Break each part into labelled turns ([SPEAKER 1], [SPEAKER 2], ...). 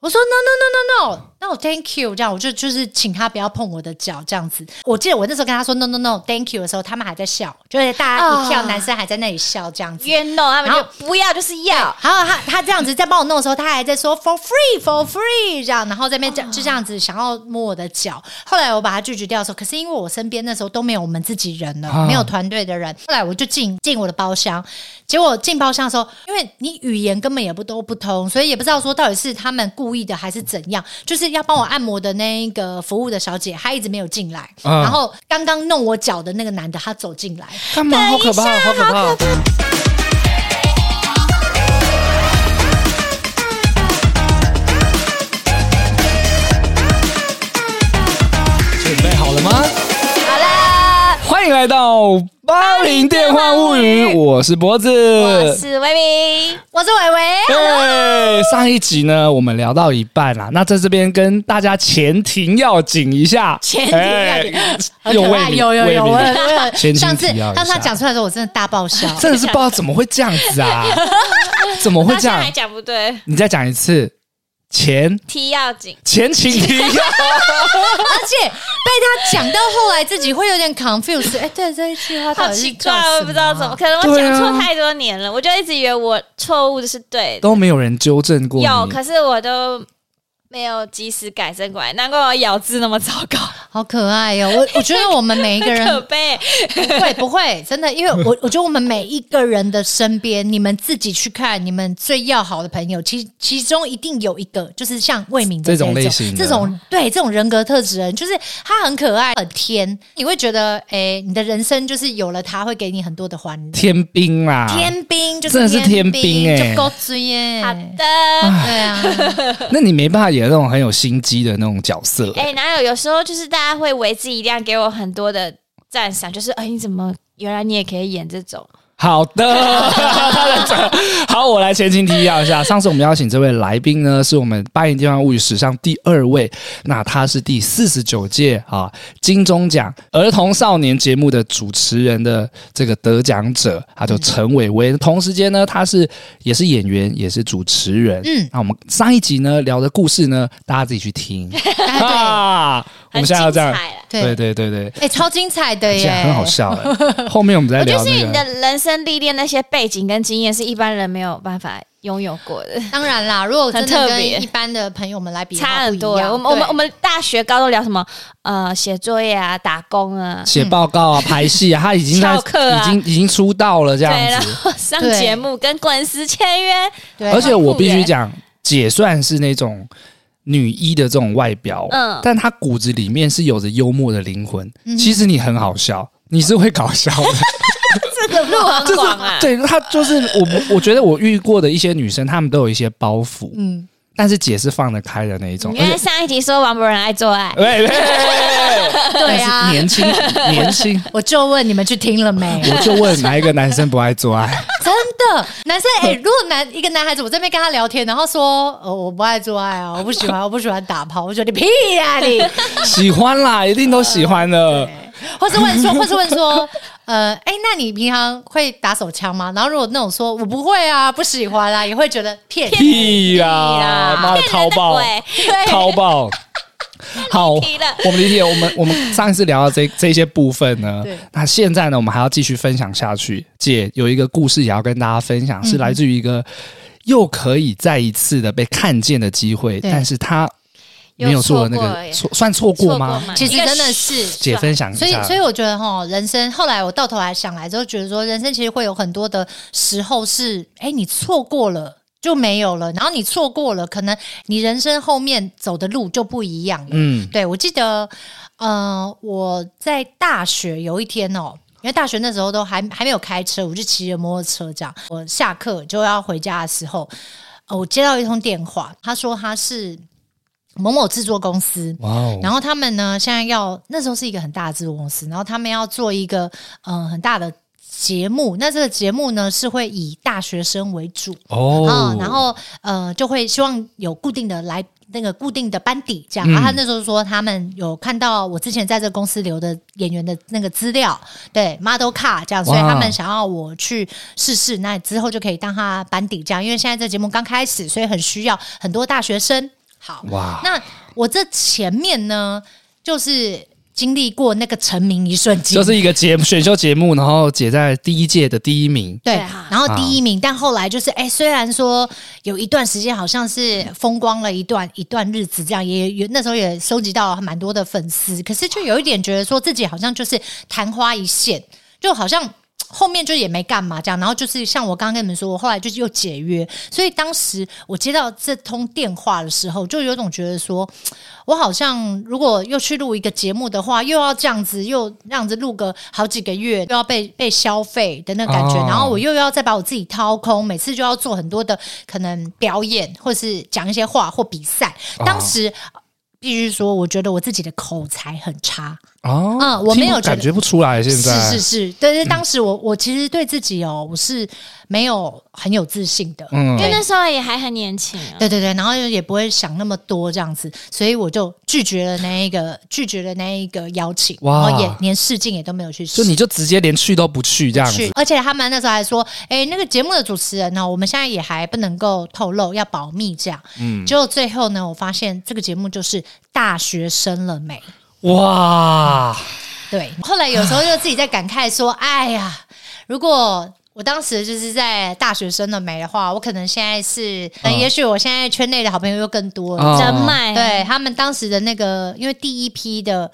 [SPEAKER 1] 我说 no no no no no no thank you 这样，我就就是请他不要碰我的脚这样子。我记得我那时候跟他说 no no no thank you 的时候，他们还在笑，就是大家一跳，
[SPEAKER 2] 啊
[SPEAKER 1] 男生还在那里笑这样子。
[SPEAKER 2] 冤弄他们
[SPEAKER 1] 然后
[SPEAKER 2] 就不要就是要，
[SPEAKER 1] 然后他他这样子在帮我弄的时候，他还在说 for free for free 这样，然后在那边这
[SPEAKER 3] 哦
[SPEAKER 1] 样就这样子想要摸我的脚。后来我把他拒绝掉的时候，可是因为我身边那时候都没有我们自己人了，
[SPEAKER 3] 啊
[SPEAKER 1] 没有团队的人。后来我就进进我的包厢，结果进包厢的时候，因为你语言根本也不都不通，所以也不知道说到底是他们故意的还是怎样。就是要帮我按摩的那一个服务的小姐，她一直没有进来。
[SPEAKER 3] 啊
[SPEAKER 1] 然后刚刚弄我脚的那个男的，他走进来，
[SPEAKER 3] 干嘛？好可怕！好可怕！准备好了吗？
[SPEAKER 2] 好啦，
[SPEAKER 3] 欢迎来到《八零电话物语》，我是脖子，
[SPEAKER 2] 我是薇薇，
[SPEAKER 1] 我是伟伟。
[SPEAKER 3] 对，上一集呢，我们聊到一半啦。那在这边跟大家前庭要紧一下，
[SPEAKER 2] 前庭要紧
[SPEAKER 3] 哎
[SPEAKER 1] 有
[SPEAKER 3] 有魏敏
[SPEAKER 1] 有有
[SPEAKER 3] 魏
[SPEAKER 1] 有，
[SPEAKER 3] 敏
[SPEAKER 1] 我有我有
[SPEAKER 3] 前情
[SPEAKER 1] 上次
[SPEAKER 3] 提要一
[SPEAKER 1] 上次他
[SPEAKER 3] 下
[SPEAKER 1] 讲出来的时候，我真的大爆笑。
[SPEAKER 3] 真的是不知道怎么会这样子啊？怎么
[SPEAKER 2] 我
[SPEAKER 3] 会
[SPEAKER 2] 到
[SPEAKER 3] 这
[SPEAKER 2] 现在
[SPEAKER 3] 样
[SPEAKER 2] 还？讲不对，
[SPEAKER 3] 你再讲一次，前
[SPEAKER 2] 踢要紧，
[SPEAKER 3] 前情 提要，
[SPEAKER 1] 而且被他讲到后来，自己会有点 confused。哎，对这一句话到
[SPEAKER 2] 好
[SPEAKER 1] 底是
[SPEAKER 2] 奇
[SPEAKER 1] 叫
[SPEAKER 2] 怪
[SPEAKER 1] 什，
[SPEAKER 2] 我不知道怎么，
[SPEAKER 1] 啊
[SPEAKER 2] 可能我
[SPEAKER 3] 对
[SPEAKER 2] 讲
[SPEAKER 3] 啊
[SPEAKER 2] 错太多年了，我就一直以为我错误的是对的，
[SPEAKER 3] 都没有人纠正过你。
[SPEAKER 2] 有，可是我都没有及时改正过来，难怪我咬字那么糟糕，
[SPEAKER 1] 好可爱哟、我我觉得我们每一个
[SPEAKER 3] 啊
[SPEAKER 1] 人
[SPEAKER 2] 可悲。
[SPEAKER 1] 不会不会真的，因为我我觉得我们每一个人的身边，你们自己去看，你们最要好的朋友，其其中一定有一个，就是像魏敏的
[SPEAKER 3] 这种
[SPEAKER 1] 种
[SPEAKER 3] 类型的
[SPEAKER 1] 这种对这种人格特质的人，就是他很可爱很天，你会觉得哎，你的人生就是有了他，会给你很多的欢乐。
[SPEAKER 3] 天兵啦，
[SPEAKER 1] 天兵就是
[SPEAKER 3] 真的是天兵欸
[SPEAKER 1] 就够追耶。
[SPEAKER 2] 好的。
[SPEAKER 1] 对 啊，
[SPEAKER 3] 那你没办法演那种很有心机的那种角色。啊
[SPEAKER 2] 哎、哪有？有时候就是大家会为之一亮，给我很多的赞赏，就是哎、你怎么原来你也可以演这种？
[SPEAKER 3] 好的， 好，我来前情提要一下。上次我们邀请这位来宾呢，是我们《八零电话物语》史上第二位，那他是第四十九届啊金钟奖儿童少年节目的主持人的这个得奖者，他就陈伟伟。同时间呢，他是也是演员，也是主持人。
[SPEAKER 1] 嗯
[SPEAKER 3] 嗯，那我们上一集呢聊的故事呢，大家自己去 听
[SPEAKER 1] 啊
[SPEAKER 3] 啊。我
[SPEAKER 2] 很
[SPEAKER 3] 们
[SPEAKER 2] 精
[SPEAKER 3] 现在要这样，
[SPEAKER 2] 彩啦
[SPEAKER 1] 对
[SPEAKER 3] 对
[SPEAKER 1] 对，
[SPEAKER 3] 对对对，
[SPEAKER 1] 哎、超精彩的
[SPEAKER 3] 而且
[SPEAKER 1] 耶，
[SPEAKER 3] 很好。笑 哎、后面我们再
[SPEAKER 2] 我觉
[SPEAKER 3] 聊
[SPEAKER 2] 得是
[SPEAKER 3] 那
[SPEAKER 2] 你
[SPEAKER 3] 个
[SPEAKER 2] 的。人生历练那些背景跟经验，是一般人没有办法拥有过的，
[SPEAKER 1] 当然啦，如果真
[SPEAKER 2] 很
[SPEAKER 1] 的
[SPEAKER 2] 特别
[SPEAKER 1] 跟一般的朋友们来比的话，
[SPEAKER 2] 差很多
[SPEAKER 1] 不一
[SPEAKER 2] 欸。
[SPEAKER 1] 样
[SPEAKER 2] 我们我们
[SPEAKER 1] 对
[SPEAKER 2] 我们大学、高中聊什么？呃，写作业啊，打工啊，
[SPEAKER 3] 写报告啊、排戏啊，他已经在、
[SPEAKER 2] 嗯翘课啊
[SPEAKER 3] 已经已经出道了这
[SPEAKER 2] 对，
[SPEAKER 3] 样
[SPEAKER 2] 然
[SPEAKER 3] 子。
[SPEAKER 2] 后上
[SPEAKER 1] 对
[SPEAKER 2] 节目跟滚石签 约，
[SPEAKER 1] 对，
[SPEAKER 3] 而且我必须
[SPEAKER 2] 耶
[SPEAKER 3] 讲，姐算是那种女一的这种外表，
[SPEAKER 2] 嗯
[SPEAKER 3] 但她骨子里面是有着幽默的灵魂。
[SPEAKER 1] 嗯
[SPEAKER 3] 其实你很好笑，你是会搞 笑的。
[SPEAKER 2] 这个路很广啊。
[SPEAKER 3] 对，她就是我不，我觉得我遇过的一些女生，她们都有一些包袱，
[SPEAKER 1] 嗯，
[SPEAKER 3] 但是姐是放得开的那一种。而
[SPEAKER 2] 原来
[SPEAKER 3] 且，
[SPEAKER 2] 上一集说王博仁爱做爱，
[SPEAKER 3] 对对
[SPEAKER 2] 啊
[SPEAKER 3] 对，
[SPEAKER 1] 对
[SPEAKER 3] 但
[SPEAKER 1] 啊
[SPEAKER 3] 是，年轻年轻，
[SPEAKER 1] 我就问你们去听了没？
[SPEAKER 3] 我就问哪一个男生不爱做爱？
[SPEAKER 1] 真的，男生哎、如果男一个男孩子，我这边跟他聊天，然后说，哦，我不爱做爱啊，我不喜欢，我不喜欢打炮，我觉得你屁呀、你，
[SPEAKER 3] 喜欢啦，一定都喜欢的。
[SPEAKER 1] 或是问说，或是问说，呃，哎、那你平常会打手枪吗？然后如果那种说我不会啊，不喜欢啊，也会觉得骗人
[SPEAKER 3] 屁呀、妈的，
[SPEAKER 2] 骗
[SPEAKER 3] 掏
[SPEAKER 2] 人的
[SPEAKER 3] 爆，
[SPEAKER 2] 鬼，
[SPEAKER 3] 掏爆。好，
[SPEAKER 2] 题了
[SPEAKER 3] 我们理解，我们我们上一次聊到这这些部分呢
[SPEAKER 1] 对，
[SPEAKER 3] 那现在呢，我们还要继续分享下去。姐有一个故事也要跟大家分享，是
[SPEAKER 1] 嗯
[SPEAKER 3] 来自于一个又可以再一次的被看见的机会，
[SPEAKER 1] 对
[SPEAKER 3] 但是她
[SPEAKER 2] 又
[SPEAKER 3] 没有做那
[SPEAKER 2] 错过
[SPEAKER 3] 个
[SPEAKER 2] 了
[SPEAKER 3] 错，算错过吗？
[SPEAKER 1] 其实
[SPEAKER 2] 一个
[SPEAKER 1] 真的是
[SPEAKER 3] 姐分享一
[SPEAKER 1] 所以
[SPEAKER 3] 下，，
[SPEAKER 1] 所以我觉得哈，人生后来我到头来想来之后，觉得说人生其实会有很多的时候是，哎，你错过了。就没有了，然后你错过了，可能你人生后面走的路就不一样了。
[SPEAKER 3] 嗯，
[SPEAKER 1] 对，我记得，呃，我在大学有一天哦，因为大学那时候都还还没有开车，我就骑着摩托车这样。我下课就要回家的时候，呃我接到一通电话，他说他是某某制作公司，
[SPEAKER 3] 哇哦，
[SPEAKER 1] 然后他们呢，现在要那时候是一个很大的制作公司，然后他们要做一个嗯、呃很大的节目。那这个节目呢是会以大学生为主，
[SPEAKER 3] 哦
[SPEAKER 1] 嗯，，然后呃就会希望有固定的来那个固定的班底这样。
[SPEAKER 3] 嗯
[SPEAKER 1] 然后他那时候说他们有看到我之前在这个公司留的演员的那个资料，对 model 卡这样，所以他
[SPEAKER 3] 哇
[SPEAKER 1] 们想要我去试试，那之后就可以当他班底这样。因为现在这节目刚开始，所以很需要很多大学生。好，
[SPEAKER 3] 哇，
[SPEAKER 1] 那我这前面呢，就是经历过那个成名一瞬间，
[SPEAKER 3] 就是一个节目选秀节目，然后姐在第一届的第一名，
[SPEAKER 1] 对
[SPEAKER 2] 对啊，
[SPEAKER 1] 然后第一名，但后来就是，哎、虽然说有一段时间好像是风光了一段一段日子，这样也也那时候也收集到蛮多的粉丝，可是就有一点觉得说自己好像就是昙花一现，就好像。嘖后面就也没干嘛这样，然后就是像我刚刚跟你们说，我后来就是又解约，所以当时我接到这通电话的时候，就有种觉得说，我好像如果又去录一个节目的话，又要这样子，又这样子录个好几个月，又要被被消费的那个感觉，
[SPEAKER 3] 哦
[SPEAKER 1] 然后我又要再把我自己掏空，每次就要做很多的可能表演，或是讲一些话或比赛。
[SPEAKER 3] 哦
[SPEAKER 1] 当时。必须说，我觉得我自己的口才很差，
[SPEAKER 3] 哦，
[SPEAKER 1] 嗯我没有觉得
[SPEAKER 3] 听不感觉不出来，现
[SPEAKER 1] 是
[SPEAKER 3] 在
[SPEAKER 1] 是是，对对，当时我我其实对自己哦，我是没有很有自信的，
[SPEAKER 3] 嗯
[SPEAKER 2] 因为那时候也还很年轻啊。
[SPEAKER 1] 对对对，然后也不会想那么多这样子，所以我就拒绝了那一个拒绝了那一个邀请，
[SPEAKER 3] 哇
[SPEAKER 1] 然后也连试镜也都没有去试
[SPEAKER 3] 就你就直接连去都不去这样子
[SPEAKER 1] 去，而且他们那时候还说，哎、那个节目的主持人呢，哦我们现在也还不能够透露，要保密这样。嗯，结果最后呢，我发现这个节目就是大学生了没？
[SPEAKER 3] 哇！
[SPEAKER 1] 对，后来有时候就自己在感慨说，哎呀，如果。我当时就是在大学生了没的话，我可能现在是，呃
[SPEAKER 3] 嗯
[SPEAKER 1] 也许我现在圈内的好朋友又更多了，
[SPEAKER 3] 哦
[SPEAKER 2] 人脉
[SPEAKER 1] 对他们当时的那个，因为第一批的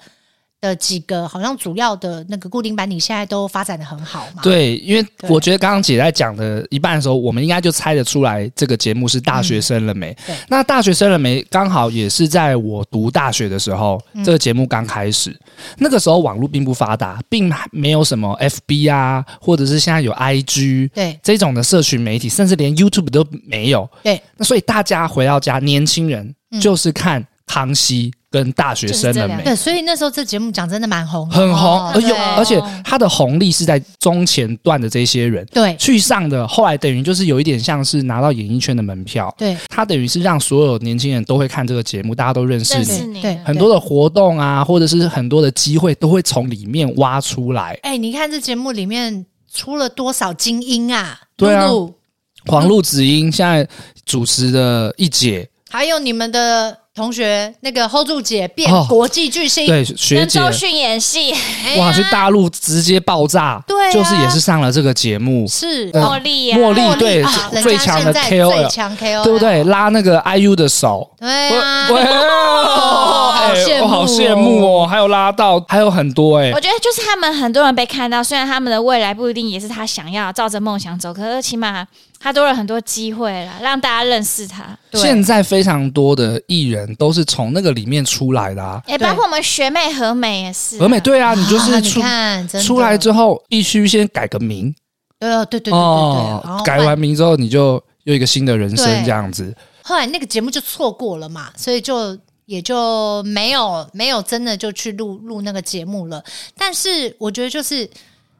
[SPEAKER 1] 的几个，好像主要的那个固定班底现在都发展的很好嘛。
[SPEAKER 3] 对，因为
[SPEAKER 1] 对
[SPEAKER 3] 我觉得刚刚姐在讲的一半的时候，我们应该就猜得出来这个节目是大学生了没。
[SPEAKER 1] 嗯对
[SPEAKER 3] 那大学生了没，刚好也是在我读大学的时候，
[SPEAKER 1] 嗯
[SPEAKER 3] 这个节目刚开始。那个时候网络并不发达，并没有什么 FB 啊，或者是现在有 IG
[SPEAKER 1] 对
[SPEAKER 3] 这种的社群媒体，甚至连 YouTube 都没有。
[SPEAKER 1] 对，
[SPEAKER 3] 那所以大家回到家，年轻人就是看康熙跟大学
[SPEAKER 2] 就是
[SPEAKER 3] 生了没。
[SPEAKER 2] 这两
[SPEAKER 1] 对，所以那时候这节目讲真的蛮红的，
[SPEAKER 3] 很红，
[SPEAKER 1] 哦
[SPEAKER 3] 而且
[SPEAKER 1] 对
[SPEAKER 3] 而且它的红利是在中前段的这些人，
[SPEAKER 1] 对
[SPEAKER 3] 去上的，后来等于就是有一点像是拿到演艺圈的门票，
[SPEAKER 1] 对
[SPEAKER 3] 他等于是让所有年轻人都会看这个节目，大家都认识
[SPEAKER 2] 认
[SPEAKER 3] 你
[SPEAKER 2] 识，
[SPEAKER 1] 你
[SPEAKER 2] 你
[SPEAKER 1] 对
[SPEAKER 2] 了，
[SPEAKER 3] 很多的活动啊，或者是很多的机会都会从里面挖出来。
[SPEAKER 1] 哎、你看这节目里面出了多少精英啊？
[SPEAKER 3] 对啊
[SPEAKER 1] 露露
[SPEAKER 3] 黄璐子英现在主持的一姐，
[SPEAKER 1] 还有你们的同学那个 hold 住姐变
[SPEAKER 3] 哦
[SPEAKER 1] 国际巨星，
[SPEAKER 3] 对学
[SPEAKER 2] 跟
[SPEAKER 3] 姐
[SPEAKER 2] 周，迅演戏，
[SPEAKER 1] 哎呀
[SPEAKER 3] 哇，去大陆直接爆炸，
[SPEAKER 1] 对啊
[SPEAKER 3] 就是也是上了这个节目，
[SPEAKER 1] 是
[SPEAKER 3] 嗯
[SPEAKER 2] 茉莉啊，
[SPEAKER 3] 茉莉
[SPEAKER 1] 茉
[SPEAKER 3] 对
[SPEAKER 1] 啊人家
[SPEAKER 3] 最强
[SPEAKER 1] 现
[SPEAKER 3] 的
[SPEAKER 1] 在
[SPEAKER 3] KOL
[SPEAKER 1] 最强 KOL，
[SPEAKER 3] 对不？对？拉那个 IU 的手，
[SPEAKER 1] 对
[SPEAKER 3] 我
[SPEAKER 1] 啊，
[SPEAKER 3] 我 哎
[SPEAKER 1] 羡
[SPEAKER 3] 我好
[SPEAKER 1] 慕
[SPEAKER 3] 羡
[SPEAKER 1] 哦
[SPEAKER 3] 慕哦，还有拉到，还有很多哎、
[SPEAKER 2] 我觉得就是他们很多人被看到，虽然他们的未来不一定也是他想要照着梦想走，可是起码他多了很多机会啦，让大家认识他。
[SPEAKER 1] 对
[SPEAKER 3] 现在非常多的艺人都是从那个里面出来的啊。
[SPEAKER 2] 哎，
[SPEAKER 1] 对
[SPEAKER 2] 包括我们学妹何美也是啊，
[SPEAKER 3] 峨美对啊，你就
[SPEAKER 1] 啊
[SPEAKER 3] 是
[SPEAKER 1] 你
[SPEAKER 3] 出、
[SPEAKER 1] 看真的
[SPEAKER 3] 出来之后，必须先改个名
[SPEAKER 1] 对哦对对对对对，然后
[SPEAKER 3] 改
[SPEAKER 1] 换
[SPEAKER 3] 完名之后，你就又一个新的人生
[SPEAKER 1] 对
[SPEAKER 3] 这样子。
[SPEAKER 1] 后来那个节目就错过了嘛，所以就也就没有没有真的就去录录那个节目了。但是我觉得就是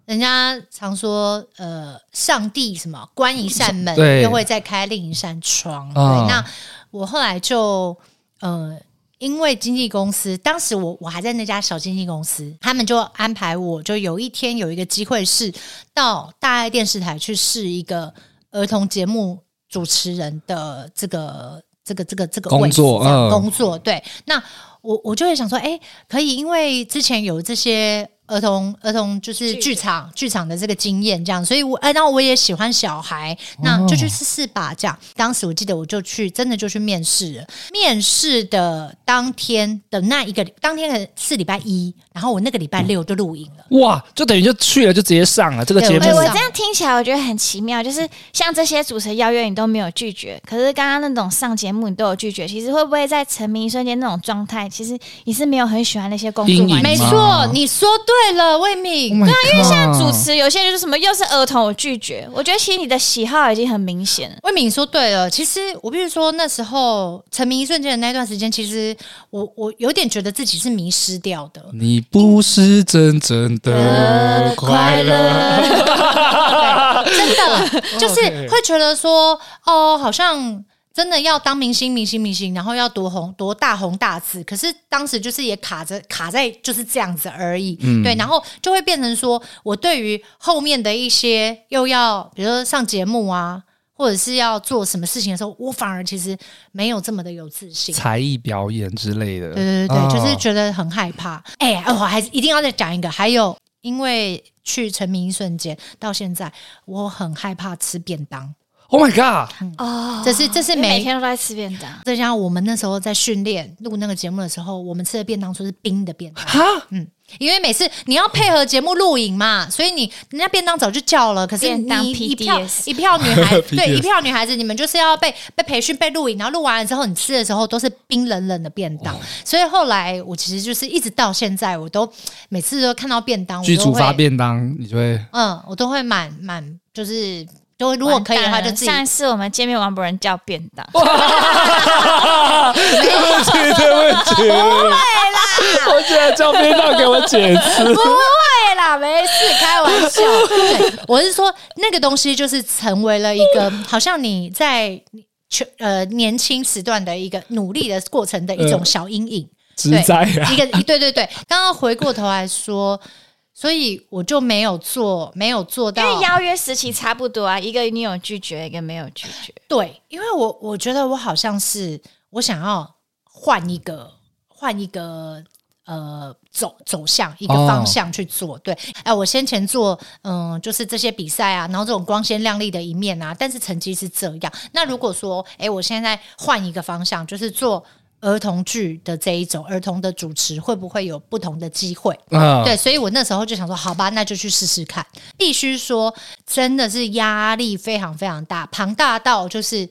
[SPEAKER 1] 人家常说，呃，上帝什么关一扇门，
[SPEAKER 3] 对
[SPEAKER 1] 又会再开另一扇窗。
[SPEAKER 3] 啊
[SPEAKER 1] 对，那我后来就呃。因为经纪公司，当时我我还在那家小经纪公司，他们就安排我，就有一天有一个机会是到大爱电视台去试一个儿童节目主持人的这个这个这个这个
[SPEAKER 3] 工
[SPEAKER 1] 位置
[SPEAKER 3] 作
[SPEAKER 1] 这样
[SPEAKER 3] 嗯
[SPEAKER 1] 工作对。那我我就会想说，哎、可以，因为之前有这些儿童儿童就是
[SPEAKER 2] 剧
[SPEAKER 1] 剧场剧场的这个经验，这样，所以我哎，那、我也喜欢小孩，那就去试试吧。这样，当时我记得我就去，真的就去面试了。面试的当天的那一个当天的是礼拜一，然后我那个礼拜六就录影了。
[SPEAKER 3] 哇，就等于就去了，就直接上了这个
[SPEAKER 1] 对
[SPEAKER 3] 节目
[SPEAKER 2] 哎、
[SPEAKER 1] 我
[SPEAKER 2] 我
[SPEAKER 1] 上
[SPEAKER 2] 这样听起来我觉得很奇妙，就是像这些主持人邀约你都没有拒绝，可是刚刚那种上节目你都有拒绝，其实会不会在成名一瞬间那种状态，其实你是没有很喜欢那些工作
[SPEAKER 3] 阴影
[SPEAKER 2] 环
[SPEAKER 1] 没
[SPEAKER 2] 境？
[SPEAKER 3] 吗
[SPEAKER 1] 错，你说对了，魏敏。
[SPEAKER 3] 对啊，因为像
[SPEAKER 2] 主持有些人就是什么又是儿童，我拒绝。我觉得其实你的喜好已经很明显了。
[SPEAKER 1] 魏敏说对了，其实我必须说，那时候成名一瞬间的那段时间，其实我我有点觉得自己是迷失掉的。
[SPEAKER 3] 你不是真正的快乐，
[SPEAKER 1] 真的就是会觉得说，哦，好像真的要当明星，明星，明星，然后要多红，多大红大紫。可是当时就是也卡着，卡在就是这样子而已。对，然后就会变成说我对于后面的一些又要，比如说上节目啊。或者是要做什么事情的时候，我反而其实没有这么的有自信。
[SPEAKER 3] 才艺表演之类的。
[SPEAKER 1] 对对对对，
[SPEAKER 3] 哦
[SPEAKER 1] 就是觉得很害怕。哎、哎我还是一定要再讲一个，还有因为去成名一瞬间到现在，我很害怕吃便当。
[SPEAKER 3] Oh my god！
[SPEAKER 2] 哦
[SPEAKER 1] 这是这是
[SPEAKER 2] 因为
[SPEAKER 1] 每
[SPEAKER 2] 每天都在吃便当，
[SPEAKER 1] 再加上我们那时候在训练录那个节目的时候，我们吃的便当都是冰的便当，
[SPEAKER 3] 哈，
[SPEAKER 1] 因为每次你要配合节目录影嘛，所以你人家便当早就叫了，可是
[SPEAKER 2] 便当
[SPEAKER 1] 你一票
[SPEAKER 2] PDS
[SPEAKER 1] 一票女 孩对
[SPEAKER 3] PDS
[SPEAKER 1] 一票女孩子，你们就是要被被培训被录影，然后录完了之后你吃的时候都是冰冷冷的便当，所以后来我其实就是一直到现在，我都每次都看到便当，我
[SPEAKER 3] 剧
[SPEAKER 1] 都
[SPEAKER 3] 组发
[SPEAKER 1] 会
[SPEAKER 3] 便当，你 就会
[SPEAKER 1] 嗯，我都会满满就是。就会如果可以的话，
[SPEAKER 2] 完蛋
[SPEAKER 1] 就
[SPEAKER 2] 了
[SPEAKER 1] 自己
[SPEAKER 2] 上一次我们见面，王博人叫便 当，
[SPEAKER 3] 对不起，对不起，不会啦！我竟然叫编导给我解 释，
[SPEAKER 2] 对啦，没事，开玩 笑。
[SPEAKER 1] 对，我是说那个东西就是成为了一个，好像你在全呃年轻时段的一个努力的过程的一种小阴影，
[SPEAKER 3] 实在啊，
[SPEAKER 1] 一个对对对。刚刚回过头来说，所以我就没有做，没有做
[SPEAKER 2] 因为
[SPEAKER 1] 到。
[SPEAKER 2] 邀约时期差不多啊，一个你有拒绝，一个没有拒绝。
[SPEAKER 1] 对，因为我我觉得我好像是我想要换一个换一个呃走走向一个方向去做。对，哎，我先前做嗯、就是这些比赛啊，然后这种光鲜亮丽的一面啊，但是成绩是这样。那如果说哎，我现在换一个方向，就是做。儿童剧的这一种儿童的主持会不会有不同的机会？
[SPEAKER 3] 嗯，
[SPEAKER 1] 对，所以我那时候就想说，好吧，那就去试试看。必须说，真的是压力非常非常大，庞大到就是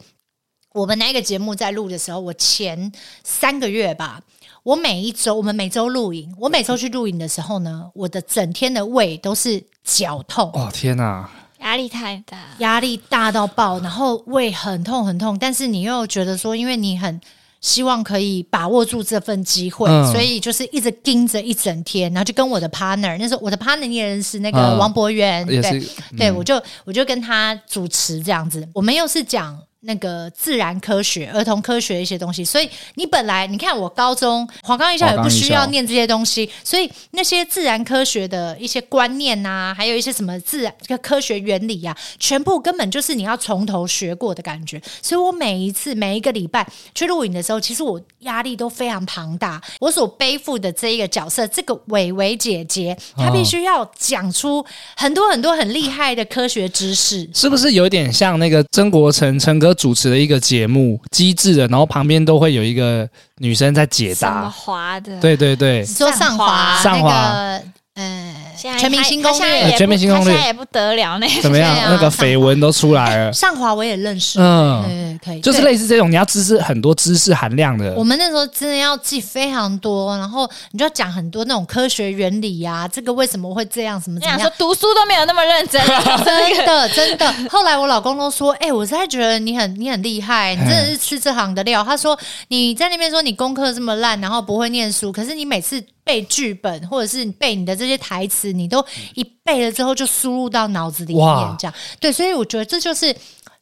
[SPEAKER 1] 我们那个节目在录的时候，我前三个月吧。我每一周，我们每周录影，我每周去录影的时候呢，我的整天的胃都是绞痛，
[SPEAKER 3] 哦天哪，
[SPEAKER 2] 压力太大，
[SPEAKER 1] 压力大到爆，然后胃很痛很痛，但是你又觉得说，因为你很希望可以把握住这份机会，
[SPEAKER 3] 嗯
[SPEAKER 1] 所以就是一直盯着一整天，然后就跟我的 partner，那时候我的 partner 你也认识那个
[SPEAKER 3] 嗯
[SPEAKER 1] 王博源，
[SPEAKER 3] 也
[SPEAKER 1] 对
[SPEAKER 3] 是，嗯
[SPEAKER 1] 对，我就我就跟他主持这样子，我们又是讲。那个自然科学、儿童科学一些东西，所以你本来你看我高中华冈艺校也不需
[SPEAKER 3] 哦
[SPEAKER 1] 要念这些东西，所以那些自然科学的一些观念呐、还有一些什么自然这个科学原理啊，全部根本就是你要从头学过的感觉。所以我每一次每一个礼拜去录影的时候，其实我压力都非常庞大，我所背负的这一个角色，这个伟伟姐姐，
[SPEAKER 3] 哦
[SPEAKER 1] 她必须要讲出很多很多很厉害的科学知识。
[SPEAKER 3] 是不是有点像那个曾国成陈哥主持的一个节目，机智的，然后旁边都会有一个女生在解
[SPEAKER 2] 什么
[SPEAKER 3] 答，
[SPEAKER 2] 滑的？
[SPEAKER 3] 对对对，
[SPEAKER 1] 你说上滑
[SPEAKER 3] 上滑
[SPEAKER 1] 那个呃
[SPEAKER 2] 现在
[SPEAKER 1] 全明星攻
[SPEAKER 2] 他他
[SPEAKER 1] 略
[SPEAKER 2] 现在也不
[SPEAKER 3] 呃全明星攻略
[SPEAKER 2] 他现在也不得了 呢。
[SPEAKER 3] 怎么样？
[SPEAKER 1] 对啊
[SPEAKER 3] 那个绯闻都出来了，
[SPEAKER 1] 上滑我也认识，
[SPEAKER 3] 嗯，
[SPEAKER 1] 对，可以，
[SPEAKER 3] 就是
[SPEAKER 1] 对
[SPEAKER 3] 类似这种，你要知识很多知识含量的
[SPEAKER 1] 我，们那时候真的要记非常多，然后你就要讲很多那种科学原理呀、这个为什么会这样，什么
[SPEAKER 2] 我
[SPEAKER 1] 怎么
[SPEAKER 2] 想
[SPEAKER 1] 样
[SPEAKER 2] 说，读书都没有那么认真，
[SPEAKER 1] 真 的真的。后来我老公都说：“哎、我实在觉得你很你很厉害，你
[SPEAKER 2] 嗯
[SPEAKER 1] 真的是吃这行的料。”他说：“你在那边说你功课这么烂，然后不会念书，可是你每次背剧本或者是你背你的这些台词，你都一背了之后就输入到脑子里面
[SPEAKER 3] 哇，
[SPEAKER 1] 这样对。所以我觉得这就是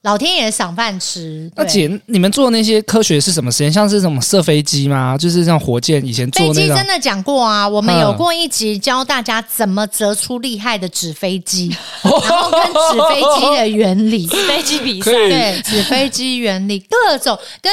[SPEAKER 1] 老天爷赏饭吃。
[SPEAKER 3] 那
[SPEAKER 1] 对
[SPEAKER 3] 姐，你们做那些科学是什么实验？像是什么射飞机吗？就是像火箭以前做
[SPEAKER 1] 飞
[SPEAKER 3] 那
[SPEAKER 1] 机
[SPEAKER 3] 种
[SPEAKER 1] 真的讲过啊，我们
[SPEAKER 3] 嗯
[SPEAKER 1] 有过一集教大家怎么折出厉害的纸飞 机，然后跟纸飞机的原理。
[SPEAKER 2] 飞机比赛
[SPEAKER 3] 可以
[SPEAKER 1] 对，纸飞机原理，各种跟。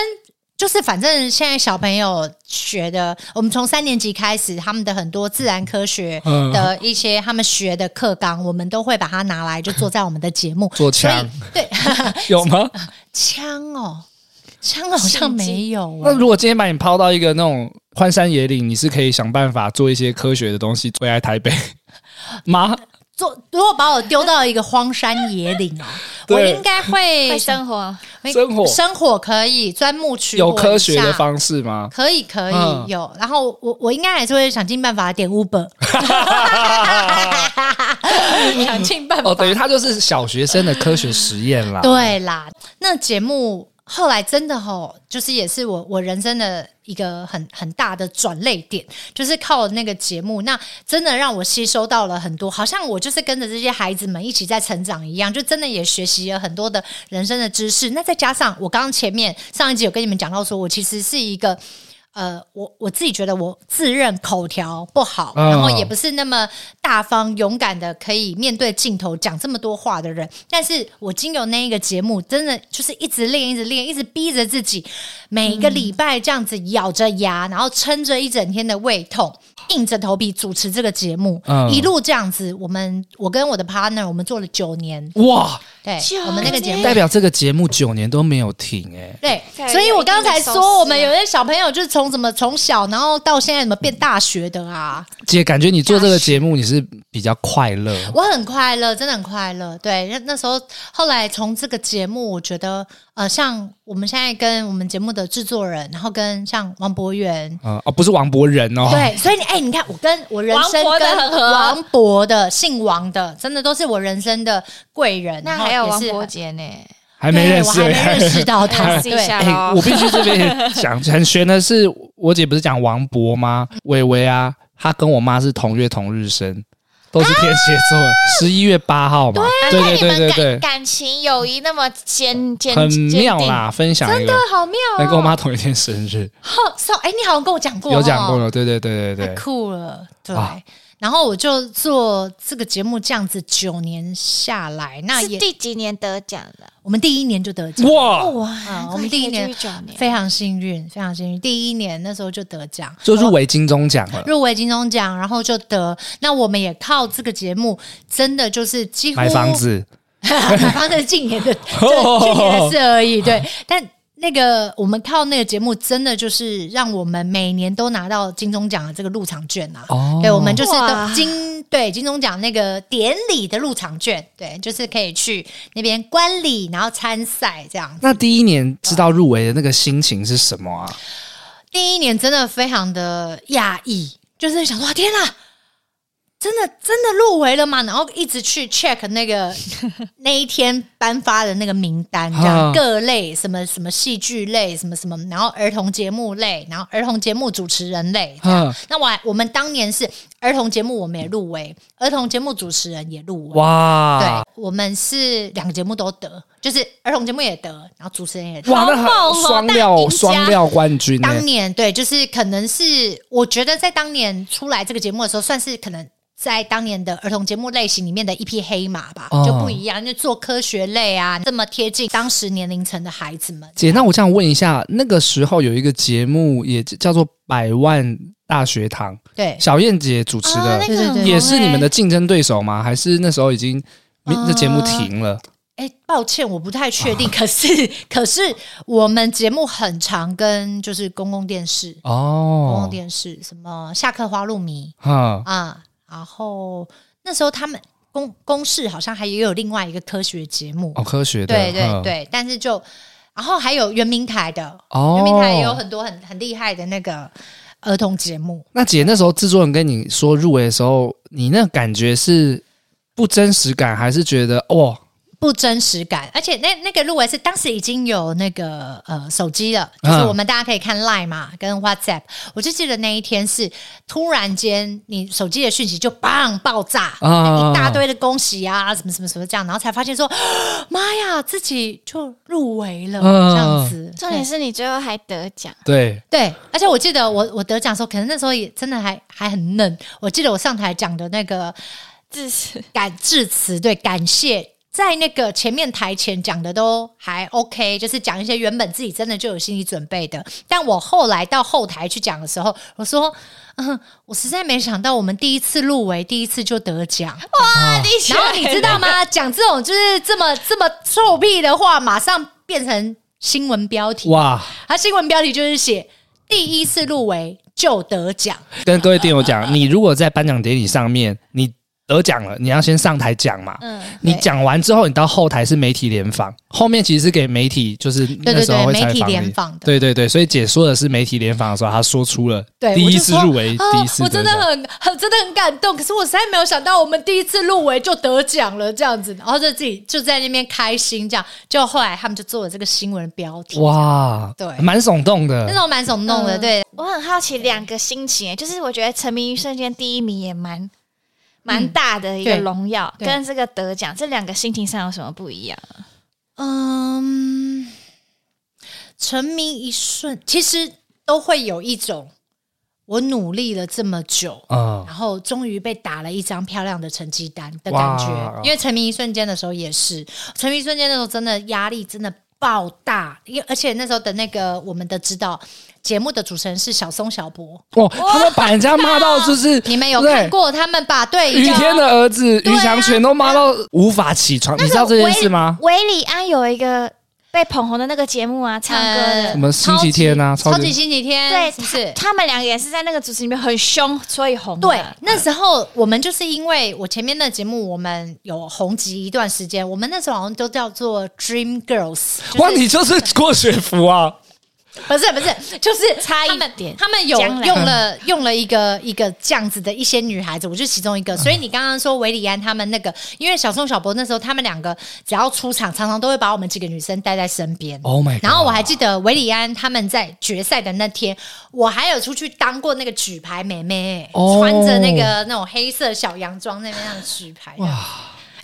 [SPEAKER 1] 就是反正现在小朋友学的，我们从三年级开始，他们的很多自然科学
[SPEAKER 3] 嗯
[SPEAKER 1] 的一些他们学的课纲，我们都会把它拿来就做在我们的节目。
[SPEAKER 3] 做
[SPEAKER 1] 所以
[SPEAKER 3] 枪
[SPEAKER 1] 对
[SPEAKER 3] 有吗？
[SPEAKER 1] 枪哦，枪好像没有
[SPEAKER 3] 那
[SPEAKER 1] 哦。
[SPEAKER 3] 如果今天把你抛到一个那种荒山野岭，你是可以想办法做一些科学的东西回 来台北吗？
[SPEAKER 1] 做如果把我丢到一个荒山野岭哦，我
[SPEAKER 3] 对
[SPEAKER 1] 应该会
[SPEAKER 2] 会生活，
[SPEAKER 1] 会
[SPEAKER 3] 生火
[SPEAKER 1] 生火可以钻木取火
[SPEAKER 3] 有科学
[SPEAKER 1] 一
[SPEAKER 3] 的
[SPEAKER 1] 下
[SPEAKER 3] 方式吗？
[SPEAKER 1] 可以，可以、
[SPEAKER 3] 嗯
[SPEAKER 1] 有。然后我我应该还是会想尽办法点 Uber，想尽办法。
[SPEAKER 3] 哦，等于它就是小学生的科学实验 啦。
[SPEAKER 1] 对啦，那节目后来真的吼，就是也是我我人生的一个很很大的转泪点，就是靠那个节目，那真的让我吸收到了很多，好像我就是跟着这些孩子们一起在成长一样，就真的也学习了很多的人生的知识。那再加上我刚刚前面上一集有跟你们讲到说，我其实是一个。呃，我我自己觉得我自认口条不好，
[SPEAKER 3] 嗯
[SPEAKER 1] 然后也不是那么大方、勇敢的，可以面对镜头讲这么多话的人。但是我经由那一个节目，真的就是一直练、一直练、一直逼着自己，每一个礼拜这样子咬着牙，然后撑着一整天的胃痛，
[SPEAKER 2] 嗯
[SPEAKER 1] 硬着头皮主持这个节目，
[SPEAKER 3] 嗯
[SPEAKER 1] 一路这样子。我们我跟我的 partner，我们做了九年，
[SPEAKER 3] 哇，
[SPEAKER 1] 对
[SPEAKER 2] 九，
[SPEAKER 1] 我们那个节目
[SPEAKER 2] 年
[SPEAKER 3] 代表这个节目九年都没有停哎、
[SPEAKER 1] 对
[SPEAKER 2] 对，
[SPEAKER 1] 所以我刚才
[SPEAKER 2] 有一定的收
[SPEAKER 1] 说，
[SPEAKER 2] 视
[SPEAKER 1] 我们有些小朋友就是从怎么从小，然后到现在怎么变大学的啊，
[SPEAKER 3] 姐，感觉你做这个节目你是比较快乐，
[SPEAKER 1] 我很快乐，真的很快乐。对，那那时候后来从这个节目，我觉得呃，像我们现在跟我们节目的制作人，然后跟像王博源。
[SPEAKER 3] 嗯、哦，不是王博仁哦，
[SPEAKER 1] 对，所以你哎、你看我跟我人生
[SPEAKER 2] 王博的很
[SPEAKER 1] 跟
[SPEAKER 2] 合
[SPEAKER 1] 王博的姓王的，真的都是我人生的贵人。
[SPEAKER 2] 那还有
[SPEAKER 1] 然后
[SPEAKER 2] 王
[SPEAKER 1] 也是
[SPEAKER 2] 伯杰呢，
[SPEAKER 3] 还没
[SPEAKER 1] 对
[SPEAKER 3] 认
[SPEAKER 1] 我
[SPEAKER 3] 识、
[SPEAKER 1] 还没认识啊到他。
[SPEAKER 2] 认识一
[SPEAKER 1] 对，
[SPEAKER 2] 下
[SPEAKER 3] 哎、
[SPEAKER 2] 喽
[SPEAKER 3] 我。必须这边也讲很悬的是，我姐不是讲王博吗？伟伟啊，她跟我妈是同月同日生，都是天蝎座，
[SPEAKER 1] 啊
[SPEAKER 3] 十一、月八号嘛。对对对对对，
[SPEAKER 2] 感情友谊那么坚坚
[SPEAKER 3] 很
[SPEAKER 2] 坚
[SPEAKER 3] 妙
[SPEAKER 2] 定哦
[SPEAKER 3] 啦！分享一个，
[SPEAKER 1] 好妙
[SPEAKER 3] 能跟我妈同一天生日，
[SPEAKER 1] 哦！so，哎、你好像跟我讲过，
[SPEAKER 3] 有讲
[SPEAKER 1] 哦
[SPEAKER 3] 过了。对对对对
[SPEAKER 1] 太
[SPEAKER 3] 对，
[SPEAKER 1] 酷了，对。
[SPEAKER 3] 啊
[SPEAKER 1] 然后我就做这个节目，这样子九年下来，那
[SPEAKER 2] 是
[SPEAKER 1] 也
[SPEAKER 2] 第几年得奖了？
[SPEAKER 1] 我们第一年就得奖，
[SPEAKER 3] 哇，
[SPEAKER 2] 哇
[SPEAKER 1] 嗯我们第一年
[SPEAKER 2] 九年，
[SPEAKER 1] 非常幸运，非常幸运。第一年那时候就得奖，
[SPEAKER 3] 就入围金钟奖了，
[SPEAKER 1] 入围金钟奖，然后就得。那我们也靠这个节目，真的就是几乎
[SPEAKER 3] 买房，子，
[SPEAKER 1] 买房子近 年的这近年的事而已。对，但那个我们靠那个节目，真的就是让我们每年都拿到金钟奖的这个入场券啊。
[SPEAKER 3] 哦
[SPEAKER 1] 对，我们就是
[SPEAKER 2] 哇
[SPEAKER 1] 都金对金钟奖那个典礼的入场券，对，就是可以去那边观礼，然后参赛这样。
[SPEAKER 3] 那第一年知道入围的那个心情是什么啊？
[SPEAKER 1] 第一年真的非常的讶异，就是想说啊天啊，真的真的入围了吗？然后一直去 check 那个那一天颁发的那个名单，这
[SPEAKER 3] 啊
[SPEAKER 1] 样各类什么什么戏剧类，什么什么，然后儿童节目类，然后儿童节目主持人类，
[SPEAKER 3] 嗯，
[SPEAKER 1] 那我还我们当年是儿童节目，我们也入围，儿童节目主持人也入围。
[SPEAKER 3] 哇
[SPEAKER 1] 对，，我们是两个节目都得，就是儿童节目也得，然后主持人也得。
[SPEAKER 3] 哇，那
[SPEAKER 2] 好
[SPEAKER 3] 很
[SPEAKER 2] 猛哦
[SPEAKER 3] 双
[SPEAKER 2] 大
[SPEAKER 3] 料
[SPEAKER 2] 赢家
[SPEAKER 3] 双料冠军呢、欸
[SPEAKER 1] 当年对，就是可能是我觉得在当年出来这个节目的时候，算是可能在当年的儿童节目类型里面的一匹黑马吧，
[SPEAKER 3] 哦
[SPEAKER 1] 就不一样，就做科学类啊，这么贴近当时年龄层的孩子们。
[SPEAKER 3] 姐，那我想问一下，那个时候有一个节目也叫做《百万大学堂》，
[SPEAKER 1] 对，
[SPEAKER 3] 小燕姐主持的，
[SPEAKER 2] 啊那个很
[SPEAKER 1] 对对对
[SPEAKER 2] 红
[SPEAKER 3] 也是你们的
[SPEAKER 2] 欸，
[SPEAKER 3] 竞争对手吗？还是那时候已经、
[SPEAKER 1] 呃
[SPEAKER 3] 这节目停了？
[SPEAKER 1] 哎、抱歉，我不太确定。 可是，可是我们节目很常跟就是公共电视、公
[SPEAKER 3] 哦
[SPEAKER 1] 共，电视什么下课花露米
[SPEAKER 3] 哈，
[SPEAKER 1] 啊，然后那时候他们公公视好像还也有另外一个科学节目，
[SPEAKER 3] 哦，科学的，
[SPEAKER 1] 对对
[SPEAKER 3] 哼，
[SPEAKER 1] 对，但是就然后还有圆明台的，圆、明台也有
[SPEAKER 3] 哦。
[SPEAKER 1] 很多很很厉害的那个儿童节目。
[SPEAKER 3] 那姐那时候制作人跟你说入围的时候，你那感觉是不真实感，还是觉得哦哇
[SPEAKER 1] 不真实感，而且那那个入围是当时已经有那个呃手机了，就是
[SPEAKER 3] 嗯
[SPEAKER 1] 我们大家可以看 Line 嘛，跟 WhatsApp。我就记得那一天是突然间你手机的讯息就砰爆炸，
[SPEAKER 3] 啊
[SPEAKER 1] 一大堆的恭喜啊，什么什么什么这样，然后才发现说，妈呀，自己就入围了、
[SPEAKER 3] 嗯
[SPEAKER 1] 这样子。
[SPEAKER 2] 重点是你最后还得奖，
[SPEAKER 3] 对
[SPEAKER 1] 对，而且我记得我我得奖的时候，可能那时候也真的还还很嫩。我记得我上台讲的那个
[SPEAKER 2] 自是
[SPEAKER 1] 感致辞，对，感谢。在那个前面台前讲的都还 OK，就是讲一些原本自己真的就有心理准备的。但我后来到后台去讲的时候，我说：“嗯，我实在没想到我们第一次入围，第一次就得奖。
[SPEAKER 3] 啊
[SPEAKER 2] 哇，你
[SPEAKER 1] 然后你知道吗？讲这种就是这么这么臭屁的话，马上变成新闻标题。
[SPEAKER 3] 哇！
[SPEAKER 1] 他新闻标题就是写第一次入围就得奖，
[SPEAKER 3] 跟各位电友 讲，你如果在颁奖典礼上面你得奖了，你要先上台讲嘛。
[SPEAKER 2] 嗯，
[SPEAKER 3] 你
[SPEAKER 1] 对
[SPEAKER 3] 讲完之后，你到后台是媒体联访，后面其实是给媒体，就是
[SPEAKER 1] 对
[SPEAKER 3] 那
[SPEAKER 1] 对
[SPEAKER 3] 时候
[SPEAKER 1] 对，
[SPEAKER 3] 会
[SPEAKER 1] 媒
[SPEAKER 3] 采
[SPEAKER 1] 体
[SPEAKER 3] 访
[SPEAKER 1] 联
[SPEAKER 3] 你。
[SPEAKER 1] 访的。
[SPEAKER 3] 对对对，所以姐说的是媒体联访的时候，她说出了
[SPEAKER 1] 对，
[SPEAKER 3] 第
[SPEAKER 1] 我
[SPEAKER 3] 一
[SPEAKER 1] 就
[SPEAKER 3] 次
[SPEAKER 1] 说
[SPEAKER 3] 入围，
[SPEAKER 1] 啊
[SPEAKER 3] 第一次
[SPEAKER 1] 我真的
[SPEAKER 3] 奖
[SPEAKER 1] 很很真的很感动。可是我实在没有想到，我们第一次入围就得奖了，这样子，然后就自己就在那边开心，这样。就后来他们就做了这个新闻标题，
[SPEAKER 3] 哇，
[SPEAKER 1] 对
[SPEAKER 3] 蛮耸动
[SPEAKER 1] 那
[SPEAKER 3] 的。
[SPEAKER 1] 种蛮耸动的，
[SPEAKER 2] 嗯
[SPEAKER 1] 对，
[SPEAKER 2] 我很好奇两个心情，就是我觉得沉迷于瞬间第一名也蛮蛮大的一个
[SPEAKER 1] 对
[SPEAKER 2] 荣耀，
[SPEAKER 1] 对
[SPEAKER 2] 跟这个得奖这两个心情上有什么不一样？
[SPEAKER 1] 嗯，沉迷一瞬，其实都会有一种我努力了这么久，
[SPEAKER 3] 嗯
[SPEAKER 1] 然后终于被打了一张漂亮的成绩单的感
[SPEAKER 3] 哇
[SPEAKER 1] 觉。因为沉迷一瞬间的时候也是，沉迷一瞬间的时候真的压力真的爆大，因为而且那时候的那个我们的指导节目的主持人是小松小博，
[SPEAKER 3] 哦，他们把人家骂到就是
[SPEAKER 1] 你们有
[SPEAKER 3] 对
[SPEAKER 1] 看过他们吧？对，
[SPEAKER 3] 于天的儿子
[SPEAKER 1] 对啊
[SPEAKER 3] 于祥全都骂到无法起床，你知道这件事吗？
[SPEAKER 2] 维里安有一个被捧红的那个节目啊，唱歌
[SPEAKER 1] 呃
[SPEAKER 2] 的。
[SPEAKER 3] 我们星期天啊，
[SPEAKER 1] 超
[SPEAKER 3] 超
[SPEAKER 1] 级
[SPEAKER 3] 级
[SPEAKER 1] 星期天，
[SPEAKER 2] 对，
[SPEAKER 1] 是不是？
[SPEAKER 2] 他他们两个也是在那个主持里面很凶，所以红的。
[SPEAKER 1] 对，那时候我们就是因为我前面的节目，我们有红极一段时间，我们那时候好像都叫做 Dream Girls，、就是、
[SPEAKER 3] 哇，你就是郭雪芙啊！
[SPEAKER 1] 不是不是，就是
[SPEAKER 2] 差一
[SPEAKER 1] 他们
[SPEAKER 2] 点
[SPEAKER 1] 他们有
[SPEAKER 2] 将来
[SPEAKER 1] 用了用了一个一个这样子的一些女孩子，我就是其中一
[SPEAKER 2] 嗯
[SPEAKER 1] 个。所以你刚刚说维里安他们那个，因为小宋小博那时候他们两个只要出场，常常都会把我们几个女生带在身边。
[SPEAKER 3] Oh my！
[SPEAKER 1] 然后我还记得维里安他们在决赛的那天，我还有出去当过那个举牌妹妹，
[SPEAKER 3] 哦
[SPEAKER 1] 穿着那个那种黑色小洋装那边那样举牌。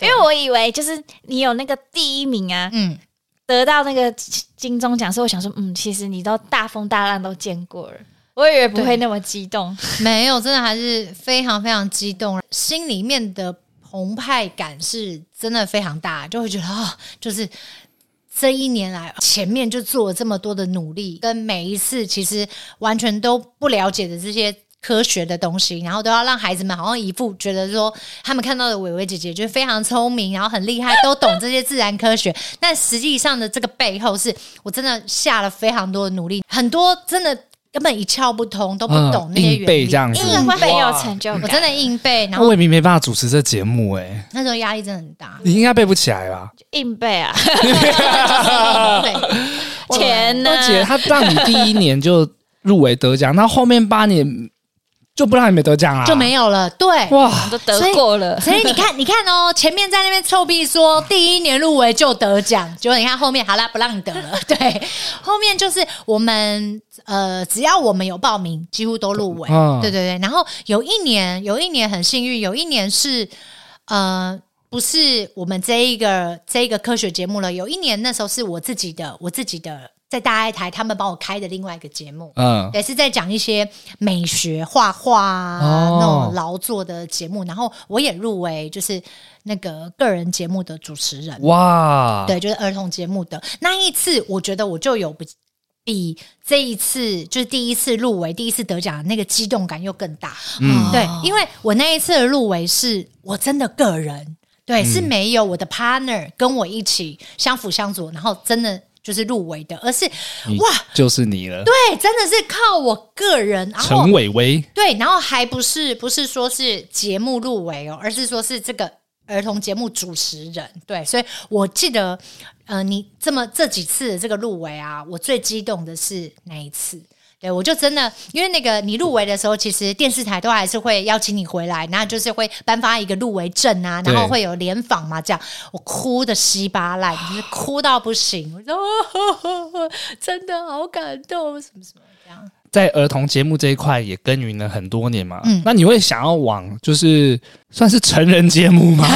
[SPEAKER 2] 因为我以为就是你有那个第一名啊，
[SPEAKER 1] 嗯，
[SPEAKER 2] 得到那个金钟奖，所以我想说，嗯，其实你都大风大浪都见过了，我以为不会那么激动。
[SPEAKER 1] 没有，真的还是非常非常激动，心里面的澎湃感是真的非常大，就会觉得啊、就是这一年来前面就做了这么多的努力，跟每一次其实完全都不了解的这些。科学的东西，然后都要让孩子们好像一副觉得说，他们看到的伟伟姐姐就是非常聪明，然后很厉害，都懂这些自然科学。但实际上的这个背后是，我真的下了非常多的努力，很多真的根本一窍不通，都不
[SPEAKER 3] 嗯
[SPEAKER 1] 懂那些原
[SPEAKER 3] 硬
[SPEAKER 1] 理。
[SPEAKER 3] 背这样子，
[SPEAKER 2] 应该会很有成就
[SPEAKER 1] 我
[SPEAKER 2] 感。
[SPEAKER 1] 真的硬背，然
[SPEAKER 3] 那
[SPEAKER 1] 后
[SPEAKER 3] 魏明没办法主持这节目哎，，
[SPEAKER 1] 那时候压力真的很大
[SPEAKER 3] 你应该背不起 来吧？
[SPEAKER 2] 硬背 啊，
[SPEAKER 1] 对，
[SPEAKER 2] 钱呢？
[SPEAKER 3] 而且他让你第一年就入围得奖，那后面八年就不让你们得奖啦，
[SPEAKER 1] 就没有了，对。
[SPEAKER 3] 哇！
[SPEAKER 2] 都得过 了，
[SPEAKER 1] 所以你看，你看哦，前面在那边臭屁说第一年入围就得奖，结果你看后面好啦，不让你得了。对，后面就是我们呃，只要我们有报名，几乎都入围。
[SPEAKER 3] 嗯
[SPEAKER 1] 对对对。然后有一年，有一年很幸运，有一年是呃，不是我们这一个这一个科学节目了。有一年那时候是我自己的，我自己的在大爱台他们帮我开的另外一个节目。
[SPEAKER 3] 嗯，
[SPEAKER 1] 也是在讲一些美学、画画啊、
[SPEAKER 3] 哦
[SPEAKER 1] 那种劳作的节目，然后我也入围，就是那个个人节目的主持人，
[SPEAKER 3] 哇，
[SPEAKER 1] 对，就是儿童节目的那一次，我觉得我就有比比这一次就是第一次入围、第一次得奖的那个激动感又更大，
[SPEAKER 3] 嗯
[SPEAKER 1] 对，因为我那一次的入围是我真的个人，对，是没有我的 partner 跟我一起相辅相佐，然后真的就是入围的，而是
[SPEAKER 3] 你
[SPEAKER 1] 哇。
[SPEAKER 3] 就是你了，
[SPEAKER 1] 对，真的是靠我个人，然后
[SPEAKER 3] 陈伟伟，
[SPEAKER 1] 对，然后还不是不是说是节目入围哦，而是说是这个儿童节目主持人。对，所以我记得，呃，你这么这几次的这个入围啊，我最激动的是哪一次？对，我就真的，因为那个你入围的时候，其实电视台都还是会邀请你回来，那就是会颁发一个入围证啊，然后
[SPEAKER 3] 对
[SPEAKER 1] 会有联访嘛，这样我哭的稀巴烂，就是哭到不行，我说、哦、 真的好感动，什么什么这样。
[SPEAKER 3] 在儿童节目这一块也耕耘了很多年嘛。
[SPEAKER 1] 嗯
[SPEAKER 3] 那你会想要往就是算是成人节目 吗？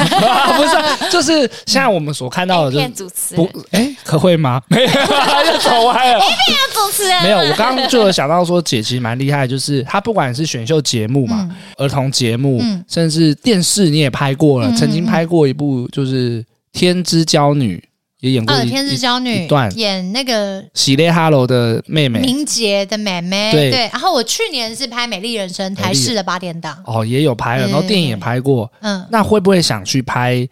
[SPEAKER 3] 不是啊，就是现在我们所看到的就
[SPEAKER 2] 骗
[SPEAKER 3] 是
[SPEAKER 2] 主持人
[SPEAKER 3] 不，哎、可会 吗？没有，就走歪了。
[SPEAKER 2] 骗主持人啊
[SPEAKER 3] 没有，我刚刚就有想到说，姐其实蛮厉害，就是她不管是选秀节目嘛、儿童节目，
[SPEAKER 1] 嗯
[SPEAKER 3] 甚至电视你也拍过了，
[SPEAKER 1] 嗯嗯
[SPEAKER 3] 曾经拍过一部就是《天之娇女》，也演过
[SPEAKER 1] 呃，
[SPEAKER 3] 一
[SPEAKER 1] 天之娇女
[SPEAKER 3] 一段
[SPEAKER 1] 演那个
[SPEAKER 3] 喜列哈罗的妹妹，
[SPEAKER 1] 明杰的妹妹，
[SPEAKER 3] 对
[SPEAKER 1] 然后我去年是拍《美丽人生》
[SPEAKER 3] 美丽
[SPEAKER 1] 台视的八点档，
[SPEAKER 3] 哦，也有拍了，然后电影也拍过，
[SPEAKER 1] 嗯，
[SPEAKER 3] 那会不会想去拍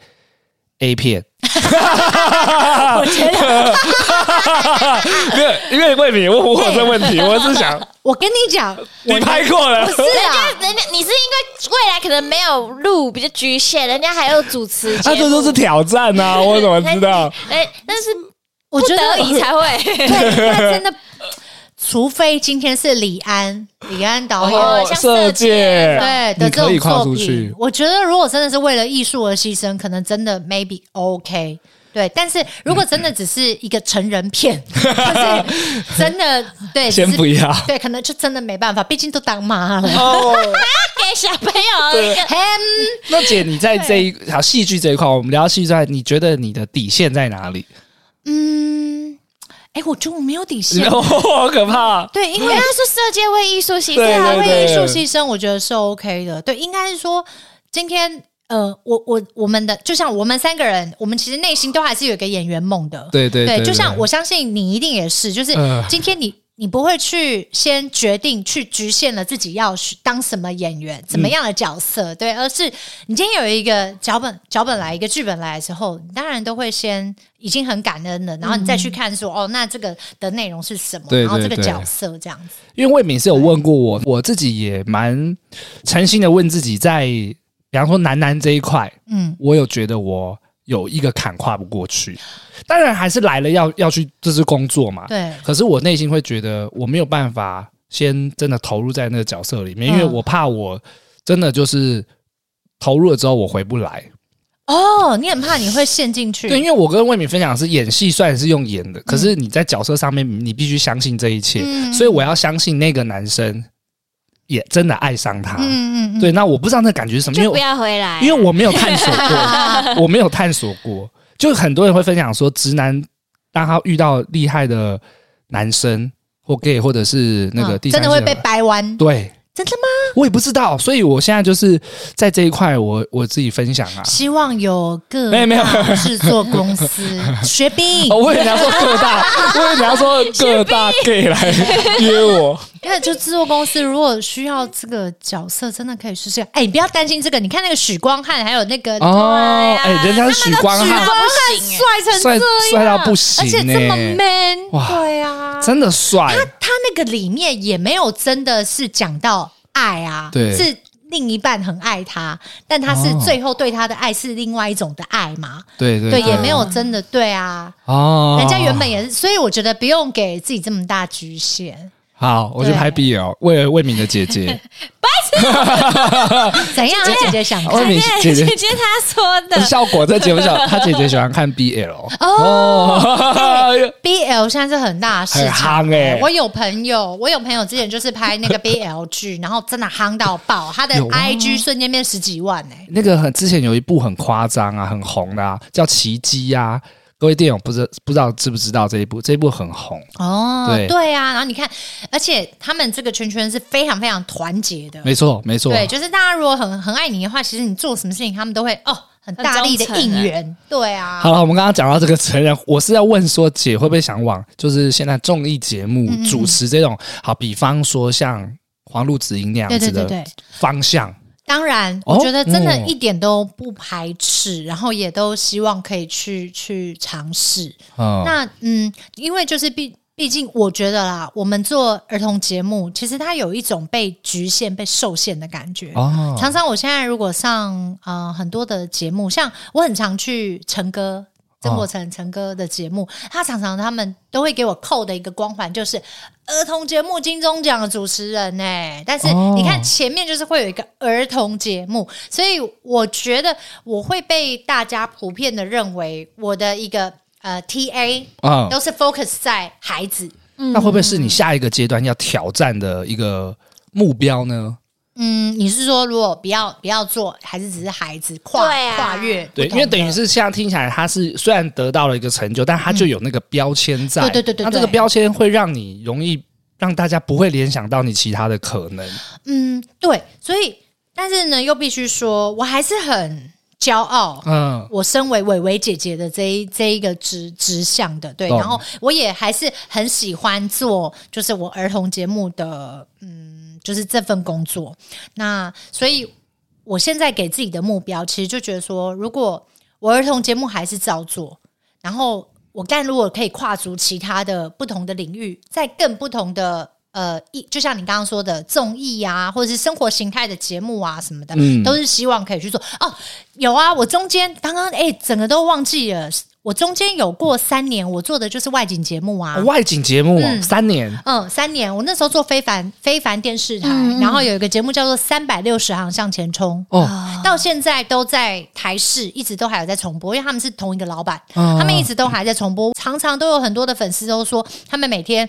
[SPEAKER 3] A 片？
[SPEAKER 1] 我觉得
[SPEAKER 3] 因为因为魏敏问我这问 题，我是想
[SPEAKER 1] 我跟你讲，我
[SPEAKER 3] 你拍过了
[SPEAKER 1] 不是啊，
[SPEAKER 2] 人家你是因为未来可能没有路，比较局限，人家还有主持节目，
[SPEAKER 3] 他这都是挑 战啊，我怎么知道？
[SPEAKER 2] 哎，但是
[SPEAKER 1] 我
[SPEAKER 2] 不
[SPEAKER 1] 觉
[SPEAKER 2] 得
[SPEAKER 1] 得
[SPEAKER 2] 已才会。
[SPEAKER 1] 对，他真的，除非今天是李安，李安导演。
[SPEAKER 2] 哦像
[SPEAKER 3] 色
[SPEAKER 2] 色
[SPEAKER 3] 戒
[SPEAKER 2] 戒，
[SPEAKER 1] 对
[SPEAKER 3] 你
[SPEAKER 1] 的这
[SPEAKER 3] 可以
[SPEAKER 1] 种
[SPEAKER 3] 跨
[SPEAKER 1] 作
[SPEAKER 3] 出
[SPEAKER 1] 品
[SPEAKER 3] 去，。
[SPEAKER 1] 我觉得如果真的是为了艺术而牺牲，可能真的 maybe OK。对，但是如果真的只是一个成人片，就是真的对，
[SPEAKER 3] 先
[SPEAKER 1] 只是
[SPEAKER 3] 不要
[SPEAKER 1] 对，可能就真的没办法，毕竟都当妈了。
[SPEAKER 3] 哦，
[SPEAKER 2] 给小朋友 一个
[SPEAKER 1] 嗯
[SPEAKER 3] 那姐，你在这一 好戏剧这一块，我们聊戏剧这一块，你觉得你的底线在哪里？
[SPEAKER 1] 嗯，哎、哎，我觉得我没有底线。
[SPEAKER 3] 哦， 好可怕！
[SPEAKER 1] 对，因
[SPEAKER 2] 因
[SPEAKER 1] 为
[SPEAKER 2] 为他是色戒为艺术系，
[SPEAKER 3] 嗯对
[SPEAKER 2] 啊，
[SPEAKER 1] 对啊，
[SPEAKER 3] 对
[SPEAKER 1] 为
[SPEAKER 3] 对
[SPEAKER 1] 艺术牺牲，我觉得是 OK 的。对，应该是说今天。呃，我我我们的就像我们三个人，我们其实内心都还是有一个演员梦的。
[SPEAKER 3] 对对
[SPEAKER 1] 就像我相信你一定也是，就是
[SPEAKER 3] 呃
[SPEAKER 1] 今天你、你不会去先决定去局限了自己要去当什么演
[SPEAKER 3] 嗯
[SPEAKER 1] 员、怎么样的角色，对，而是你今天有一个脚本脚本来一个剧本来的时候，你当然都会先已经很感恩了，然后你再
[SPEAKER 3] 嗯
[SPEAKER 1] 去看说、哦，那这个的内容是什么，
[SPEAKER 3] 对
[SPEAKER 1] 然后这
[SPEAKER 3] 对
[SPEAKER 1] 个
[SPEAKER 3] 对
[SPEAKER 1] 角色这样子，
[SPEAKER 3] 因为魏敏是有问过我，我自己也蛮诚心的问自己在，比方说男男这一块，
[SPEAKER 1] 嗯。
[SPEAKER 3] 我有觉得我有一个坎跨不过去。当然还是来了要要去这是工作嘛，
[SPEAKER 1] 对，
[SPEAKER 3] 可是我内心会觉得我没有办法先真的投入在那个角色里面，因为
[SPEAKER 1] 嗯
[SPEAKER 3] 我怕我真的就是投入了之后我回不来。
[SPEAKER 1] 哦，你很怕你会陷进去，
[SPEAKER 3] 对，因为我跟魏敏分享的是演戏，虽然是用演的，可是你在角色上面你必须相信这一切，
[SPEAKER 1] 嗯
[SPEAKER 3] 所以我要相信那个男生也真的爱上她。
[SPEAKER 1] 嗯嗯嗯，
[SPEAKER 3] 对，那我不知道那感觉是什么，因为
[SPEAKER 2] 就不
[SPEAKER 3] 我
[SPEAKER 2] 要回
[SPEAKER 1] 啊
[SPEAKER 2] 来，
[SPEAKER 3] 因为我没有探索 过，我没有探索过。就很多人会分享说，直男当他遇到厉害的男生或 gay 或者是那个
[SPEAKER 1] 嗯
[SPEAKER 3] 第三
[SPEAKER 1] 真
[SPEAKER 3] 者、
[SPEAKER 1] 的会被掰弯，
[SPEAKER 3] 对，
[SPEAKER 1] 真的吗？
[SPEAKER 3] 我也不知道，所以我现在就是在这一块我，我自己分享啊。
[SPEAKER 1] 希望有各
[SPEAKER 3] 没有没有
[SPEAKER 1] 大制作公 司学兵
[SPEAKER 3] 哦，，我也你要说各 大，我也你要说各大 gay 来约我，
[SPEAKER 1] 因为就制作公司如果需要这个角色，真的可以试试看。哎，你不要担心这个，你看那个许光汉，还有那个
[SPEAKER 3] 哦，哎、人家是许光
[SPEAKER 1] 许光汉
[SPEAKER 3] 汉，
[SPEAKER 2] 不行哎
[SPEAKER 1] 帅成这
[SPEAKER 3] 帅
[SPEAKER 1] 样，
[SPEAKER 3] 帅到不行
[SPEAKER 1] 而且这么
[SPEAKER 3] 哎
[SPEAKER 1] man，
[SPEAKER 3] 哇
[SPEAKER 1] 对啊，
[SPEAKER 3] 真的帅，
[SPEAKER 1] 他那个里面也没有真的是讲到爱啊，
[SPEAKER 3] 对
[SPEAKER 1] 是另一半很爱他，但他是最后对他的爱是另外一种的爱嘛，
[SPEAKER 3] 对对
[SPEAKER 1] 对，也没有真的对啊，
[SPEAKER 3] 哦，
[SPEAKER 1] 人家原本也是，所以我觉得不用给自己这么大局限，
[SPEAKER 3] 好，我去拍 BL，为了魏敏的姐姐，
[SPEAKER 1] 怎样？哎哦他姐姐想
[SPEAKER 3] 魏
[SPEAKER 1] 看
[SPEAKER 3] 敏姐
[SPEAKER 2] 姐
[SPEAKER 3] 姐
[SPEAKER 2] 哎姐她说的，
[SPEAKER 3] 效果在节目 上，他姐姐喜欢看 BL 哦，
[SPEAKER 1] BL 现在是很大的市场、
[SPEAKER 3] 很夯欸
[SPEAKER 1] 我有朋友，我有朋友之前就是拍那个 BL 剧，然后真的夯到爆，他的
[SPEAKER 3] 有啊
[SPEAKER 1] IG 瞬间变十几万哎、
[SPEAKER 3] 那个很之前有一部很夸张啊，很红的啊，叫《奇迹》啊。各位电友不知不知道知不知道这一部？这一部很红，
[SPEAKER 1] 哦，
[SPEAKER 3] 对
[SPEAKER 1] 啊，然后你看，而且他们这个圈圈是非常非常团结的，
[SPEAKER 3] 没错没错。
[SPEAKER 1] 对，就是大家如果很很爱你的话，其实你做什么事情，他们都会哦很大力的
[SPEAKER 2] 很忠诚欸
[SPEAKER 1] 应援，对啊，
[SPEAKER 3] 好了，我们刚刚讲到这个成人，我是要问说，姐会不会想往就是现在综艺节目
[SPEAKER 1] 嗯嗯嗯
[SPEAKER 3] 主持这种好，比方说像黄璐子英那样
[SPEAKER 1] 对
[SPEAKER 3] 子
[SPEAKER 1] 对对
[SPEAKER 3] 的
[SPEAKER 1] 对，
[SPEAKER 3] 方向？
[SPEAKER 1] 当然，
[SPEAKER 3] 哦
[SPEAKER 1] 我觉得真的
[SPEAKER 3] 嗯
[SPEAKER 1] 一点都不排斥，然后也都希望可以去去尝试。
[SPEAKER 3] 嗯，
[SPEAKER 1] 那嗯，因为就是毕毕竟，我觉得啦，我们做儿童节目，其实它有一种被局限、被受限的感觉。
[SPEAKER 3] 哦
[SPEAKER 1] 常常我现在如果上呃很多的节目，像我很常去陈哥。
[SPEAKER 3] 哦
[SPEAKER 1] 曾国成陈哥的节目，他常常他们都会给我扣的一个光环，就是儿童节目金钟奖的主持人呢、但是
[SPEAKER 3] 哦
[SPEAKER 1] 你看前面就是会有一个儿童节目，所以我觉得我会被大家普遍的认为我的一个呃 TA
[SPEAKER 3] 嗯，
[SPEAKER 1] 都是 focus 在孩子。
[SPEAKER 3] 那会不会
[SPEAKER 1] 嗯
[SPEAKER 3] 是你下一个阶段要挑战的一个目标呢？
[SPEAKER 1] 嗯，你是说如果不要不要做，还是只是孩子跨、
[SPEAKER 2] 对啊
[SPEAKER 1] 跨越不同的？
[SPEAKER 3] 对，因为等于是现在听起来，他是虽然得到了一个成就，但他就有那个标签在。
[SPEAKER 1] 对对对对
[SPEAKER 3] 那这
[SPEAKER 1] 对
[SPEAKER 3] 个标签会让你容易让大家不会联想到你其他的可能。
[SPEAKER 1] 嗯，对，所以但是呢，又必须说我还是很骄傲。
[SPEAKER 3] 嗯，
[SPEAKER 1] 我身为伟伟姐姐的这一这一个职职项的，对，
[SPEAKER 3] 懂
[SPEAKER 1] 然后我也还是很喜欢做，就是我儿童节目的，嗯，就是这份工作。那所以我现在给自己的目标，其实就觉得说，如果我儿童节目还是照做，然后我但如果可以跨足其他的不同的领域，在更不同的。呃，艺就像你刚刚说的综艺啊，或者是生活形态的节目啊什么的，
[SPEAKER 3] 嗯
[SPEAKER 1] 都是希望可以去做。哦，有啊，我中间刚刚哎，整个都忘记了，我中间有过三年，我做的就是外景节目啊。
[SPEAKER 3] 外景节目、哦
[SPEAKER 1] 嗯
[SPEAKER 3] 三年，
[SPEAKER 1] 嗯，三年，我那时候做非凡非凡电视台，
[SPEAKER 2] 嗯嗯
[SPEAKER 1] 然后有一个节目叫做《三百六十行向前冲》，
[SPEAKER 3] 哦，
[SPEAKER 1] 到现在都在台视，一直都还有在重播，因为他们是同一个老板，
[SPEAKER 3] 啊
[SPEAKER 1] 他们一直都还在重播，常常都有很多的粉丝都说，他们每天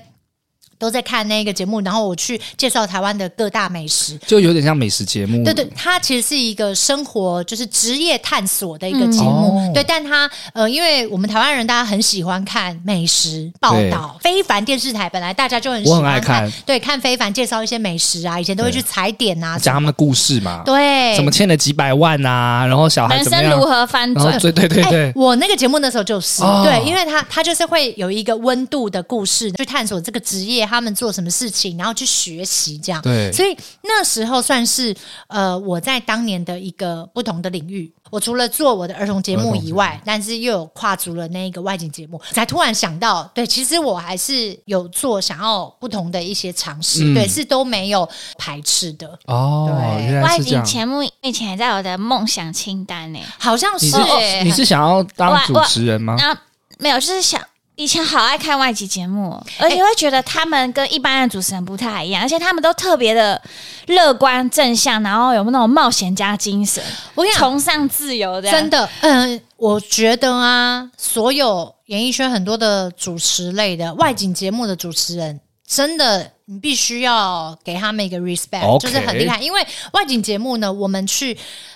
[SPEAKER 1] 都在看那个节目，然后我去介绍台湾的各大美食。
[SPEAKER 3] 就有点像美食节目。
[SPEAKER 1] 对对，它其实是一个生活，就是职业探索的一个节目。
[SPEAKER 3] 嗯哦
[SPEAKER 1] 对，但它呃，因为我们台湾人大家很喜欢看美食报道，非凡电视台本来大家就很喜
[SPEAKER 3] 我
[SPEAKER 1] 欢
[SPEAKER 3] 很爱看
[SPEAKER 1] 对，看非凡介绍一些美食啊，以前都会去踩点啊，
[SPEAKER 3] 讲他们的故事嘛，
[SPEAKER 1] 对，
[SPEAKER 3] 怎么欠了几百万啊，然后小孩
[SPEAKER 2] 人
[SPEAKER 3] 怎么
[SPEAKER 2] 生
[SPEAKER 3] 样
[SPEAKER 2] 如，何翻
[SPEAKER 3] 然后
[SPEAKER 2] 转？
[SPEAKER 3] 对对对
[SPEAKER 1] 哎，
[SPEAKER 3] 对，
[SPEAKER 1] 我那个节目那时候就是、
[SPEAKER 3] 哦
[SPEAKER 1] 对，因为他他就是会有一个温度的故事，去探索这个职业他们做什么事情，然后去学习这样。
[SPEAKER 3] 对
[SPEAKER 1] 所以那时候算是呃我在当年的一个不同的领域。我除了做我的儿童节目以外，但是又有跨足了那个外景节目，才突然想到，对，其实我还是有做想要不同的一些尝试，
[SPEAKER 3] 嗯
[SPEAKER 1] 对，是都没有排斥的，
[SPEAKER 3] 哦，
[SPEAKER 1] 对
[SPEAKER 3] 原来
[SPEAKER 2] 外
[SPEAKER 3] 是这
[SPEAKER 2] 景
[SPEAKER 3] 样。
[SPEAKER 2] 节目以前还在我的梦想清单呢、
[SPEAKER 1] 好像
[SPEAKER 3] 你
[SPEAKER 1] 是哦
[SPEAKER 3] 是哦
[SPEAKER 2] 是
[SPEAKER 3] 你是想要当
[SPEAKER 2] 我
[SPEAKER 3] 主持人吗？
[SPEAKER 2] 那没有，就是想以前好爱看外籍节目哦，
[SPEAKER 3] 哎
[SPEAKER 2] 而且会觉得他们跟一般的主持人不太一样，而且他们都特别的乐观正向，然后有那种冒险家精神，
[SPEAKER 1] 我跟你讲，
[SPEAKER 2] 崇尚自由的。
[SPEAKER 1] 真的，嗯，我觉得啊，所有演艺圈很多的主持类的外景节目的主持人，真的你必须要给他们一个 respect，、
[SPEAKER 3] OK
[SPEAKER 1] 就是很厉害。因为外景节目呢，我们去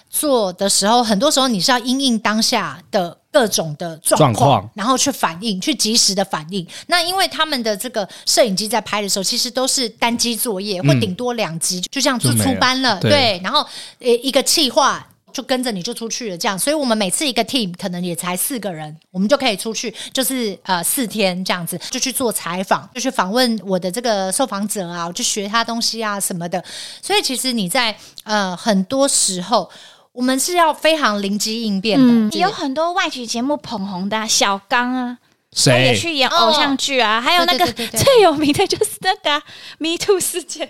[SPEAKER 1] 做的时候，很多时候你是要因应当下的。各种的状
[SPEAKER 3] 状况
[SPEAKER 1] 况，然后去反应，去及时的反应。那因为他们的这个摄影机在拍的时候，其实都是单机作业，或
[SPEAKER 3] 嗯
[SPEAKER 1] 顶多两集，就这样就
[SPEAKER 3] 就没
[SPEAKER 1] 出
[SPEAKER 3] 了
[SPEAKER 1] 班了。
[SPEAKER 3] 对
[SPEAKER 1] 对，然后呃一个企划。就跟着你就出去了，这样，所以我们每次一个 team 可能也才四个人，我们就可以出去，就是呃四天这样子，就去做采访，就去访问我的这个受访者啊，我去学他东西啊什么的。所以其实你在呃很多时候，我们是要非常灵机应变的。
[SPEAKER 2] 嗯，
[SPEAKER 1] 就是
[SPEAKER 2] 有很多外籍节目捧红的啊、小刚啊，他也
[SPEAKER 3] 谁？
[SPEAKER 2] 去演偶像剧
[SPEAKER 3] 哦
[SPEAKER 2] 啊，还有那个
[SPEAKER 1] 对对对对对
[SPEAKER 2] 最有名的就是那个、啊、Me Too 事件，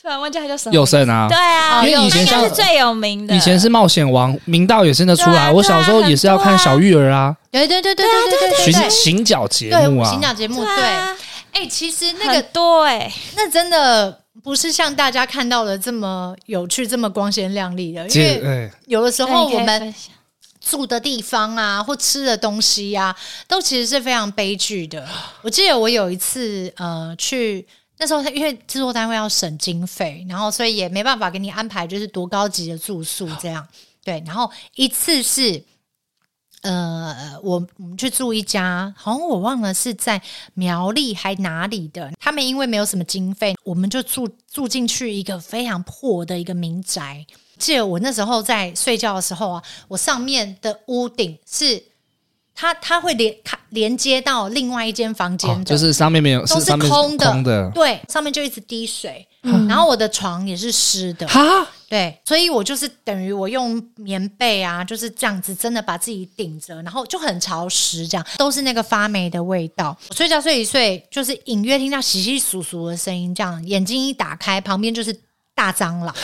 [SPEAKER 2] 突然忘记他叫什么。
[SPEAKER 3] 佑胜啊
[SPEAKER 2] 对，啊，
[SPEAKER 1] 哦
[SPEAKER 3] 因为以
[SPEAKER 2] 他
[SPEAKER 3] 前
[SPEAKER 2] 应该是
[SPEAKER 3] 像
[SPEAKER 2] 最有名的。
[SPEAKER 3] 以前是冒险王，明道也生得出
[SPEAKER 2] 对啊
[SPEAKER 3] 来。
[SPEAKER 2] 对啊
[SPEAKER 3] 我小时候也是要看小玉儿啊，
[SPEAKER 1] 对对对对对对对
[SPEAKER 3] 寻
[SPEAKER 1] 对
[SPEAKER 3] 行脚节
[SPEAKER 1] 对，
[SPEAKER 3] 目
[SPEAKER 1] 对
[SPEAKER 3] 啊
[SPEAKER 1] 行，脚节目
[SPEAKER 2] 对
[SPEAKER 1] 对。
[SPEAKER 2] 啊，
[SPEAKER 1] 哎，其实那
[SPEAKER 2] 那个
[SPEAKER 1] 个
[SPEAKER 2] 多哎，
[SPEAKER 1] 那真的不是像大家看到的这么有趣、这么光鲜亮丽的，因
[SPEAKER 3] 这
[SPEAKER 1] 为
[SPEAKER 3] 哎，
[SPEAKER 1] 有的时
[SPEAKER 2] 对
[SPEAKER 1] 候
[SPEAKER 2] 你可
[SPEAKER 1] 我
[SPEAKER 2] 以
[SPEAKER 1] 们
[SPEAKER 2] 分享
[SPEAKER 1] 住的地方啊，或吃的东西啊，都其实是非常悲剧的。我记得我有一次呃去。那时候他因为制作单位要省经费，然后所以也没办法给你安排就是多高级的住宿这样。对，然后一次是呃，我我们去住一家，好像我忘了是在苗栗还哪里的。他们因为没有什么经费，我们就住住进去一个非常破的一个民宅。记得我那时候在睡觉的时候啊，我上面的屋顶是它，它会连它连接到另外一间房间的、
[SPEAKER 3] 哦就是上面没有，
[SPEAKER 1] 都是
[SPEAKER 3] 上面
[SPEAKER 1] 空的
[SPEAKER 3] 空的。
[SPEAKER 1] 对，上面就一直滴水，然后我的床也是湿的，
[SPEAKER 3] 哈，
[SPEAKER 1] 对，所以我就是等于我用棉被啊，就是这样子，真的把自己顶着，然后就很潮湿，这样都是那个发霉的味道。我睡觉睡一睡，就是隐约听到稀稀疏疏的声音，这样眼睛一打开，旁边就是大蟑螂，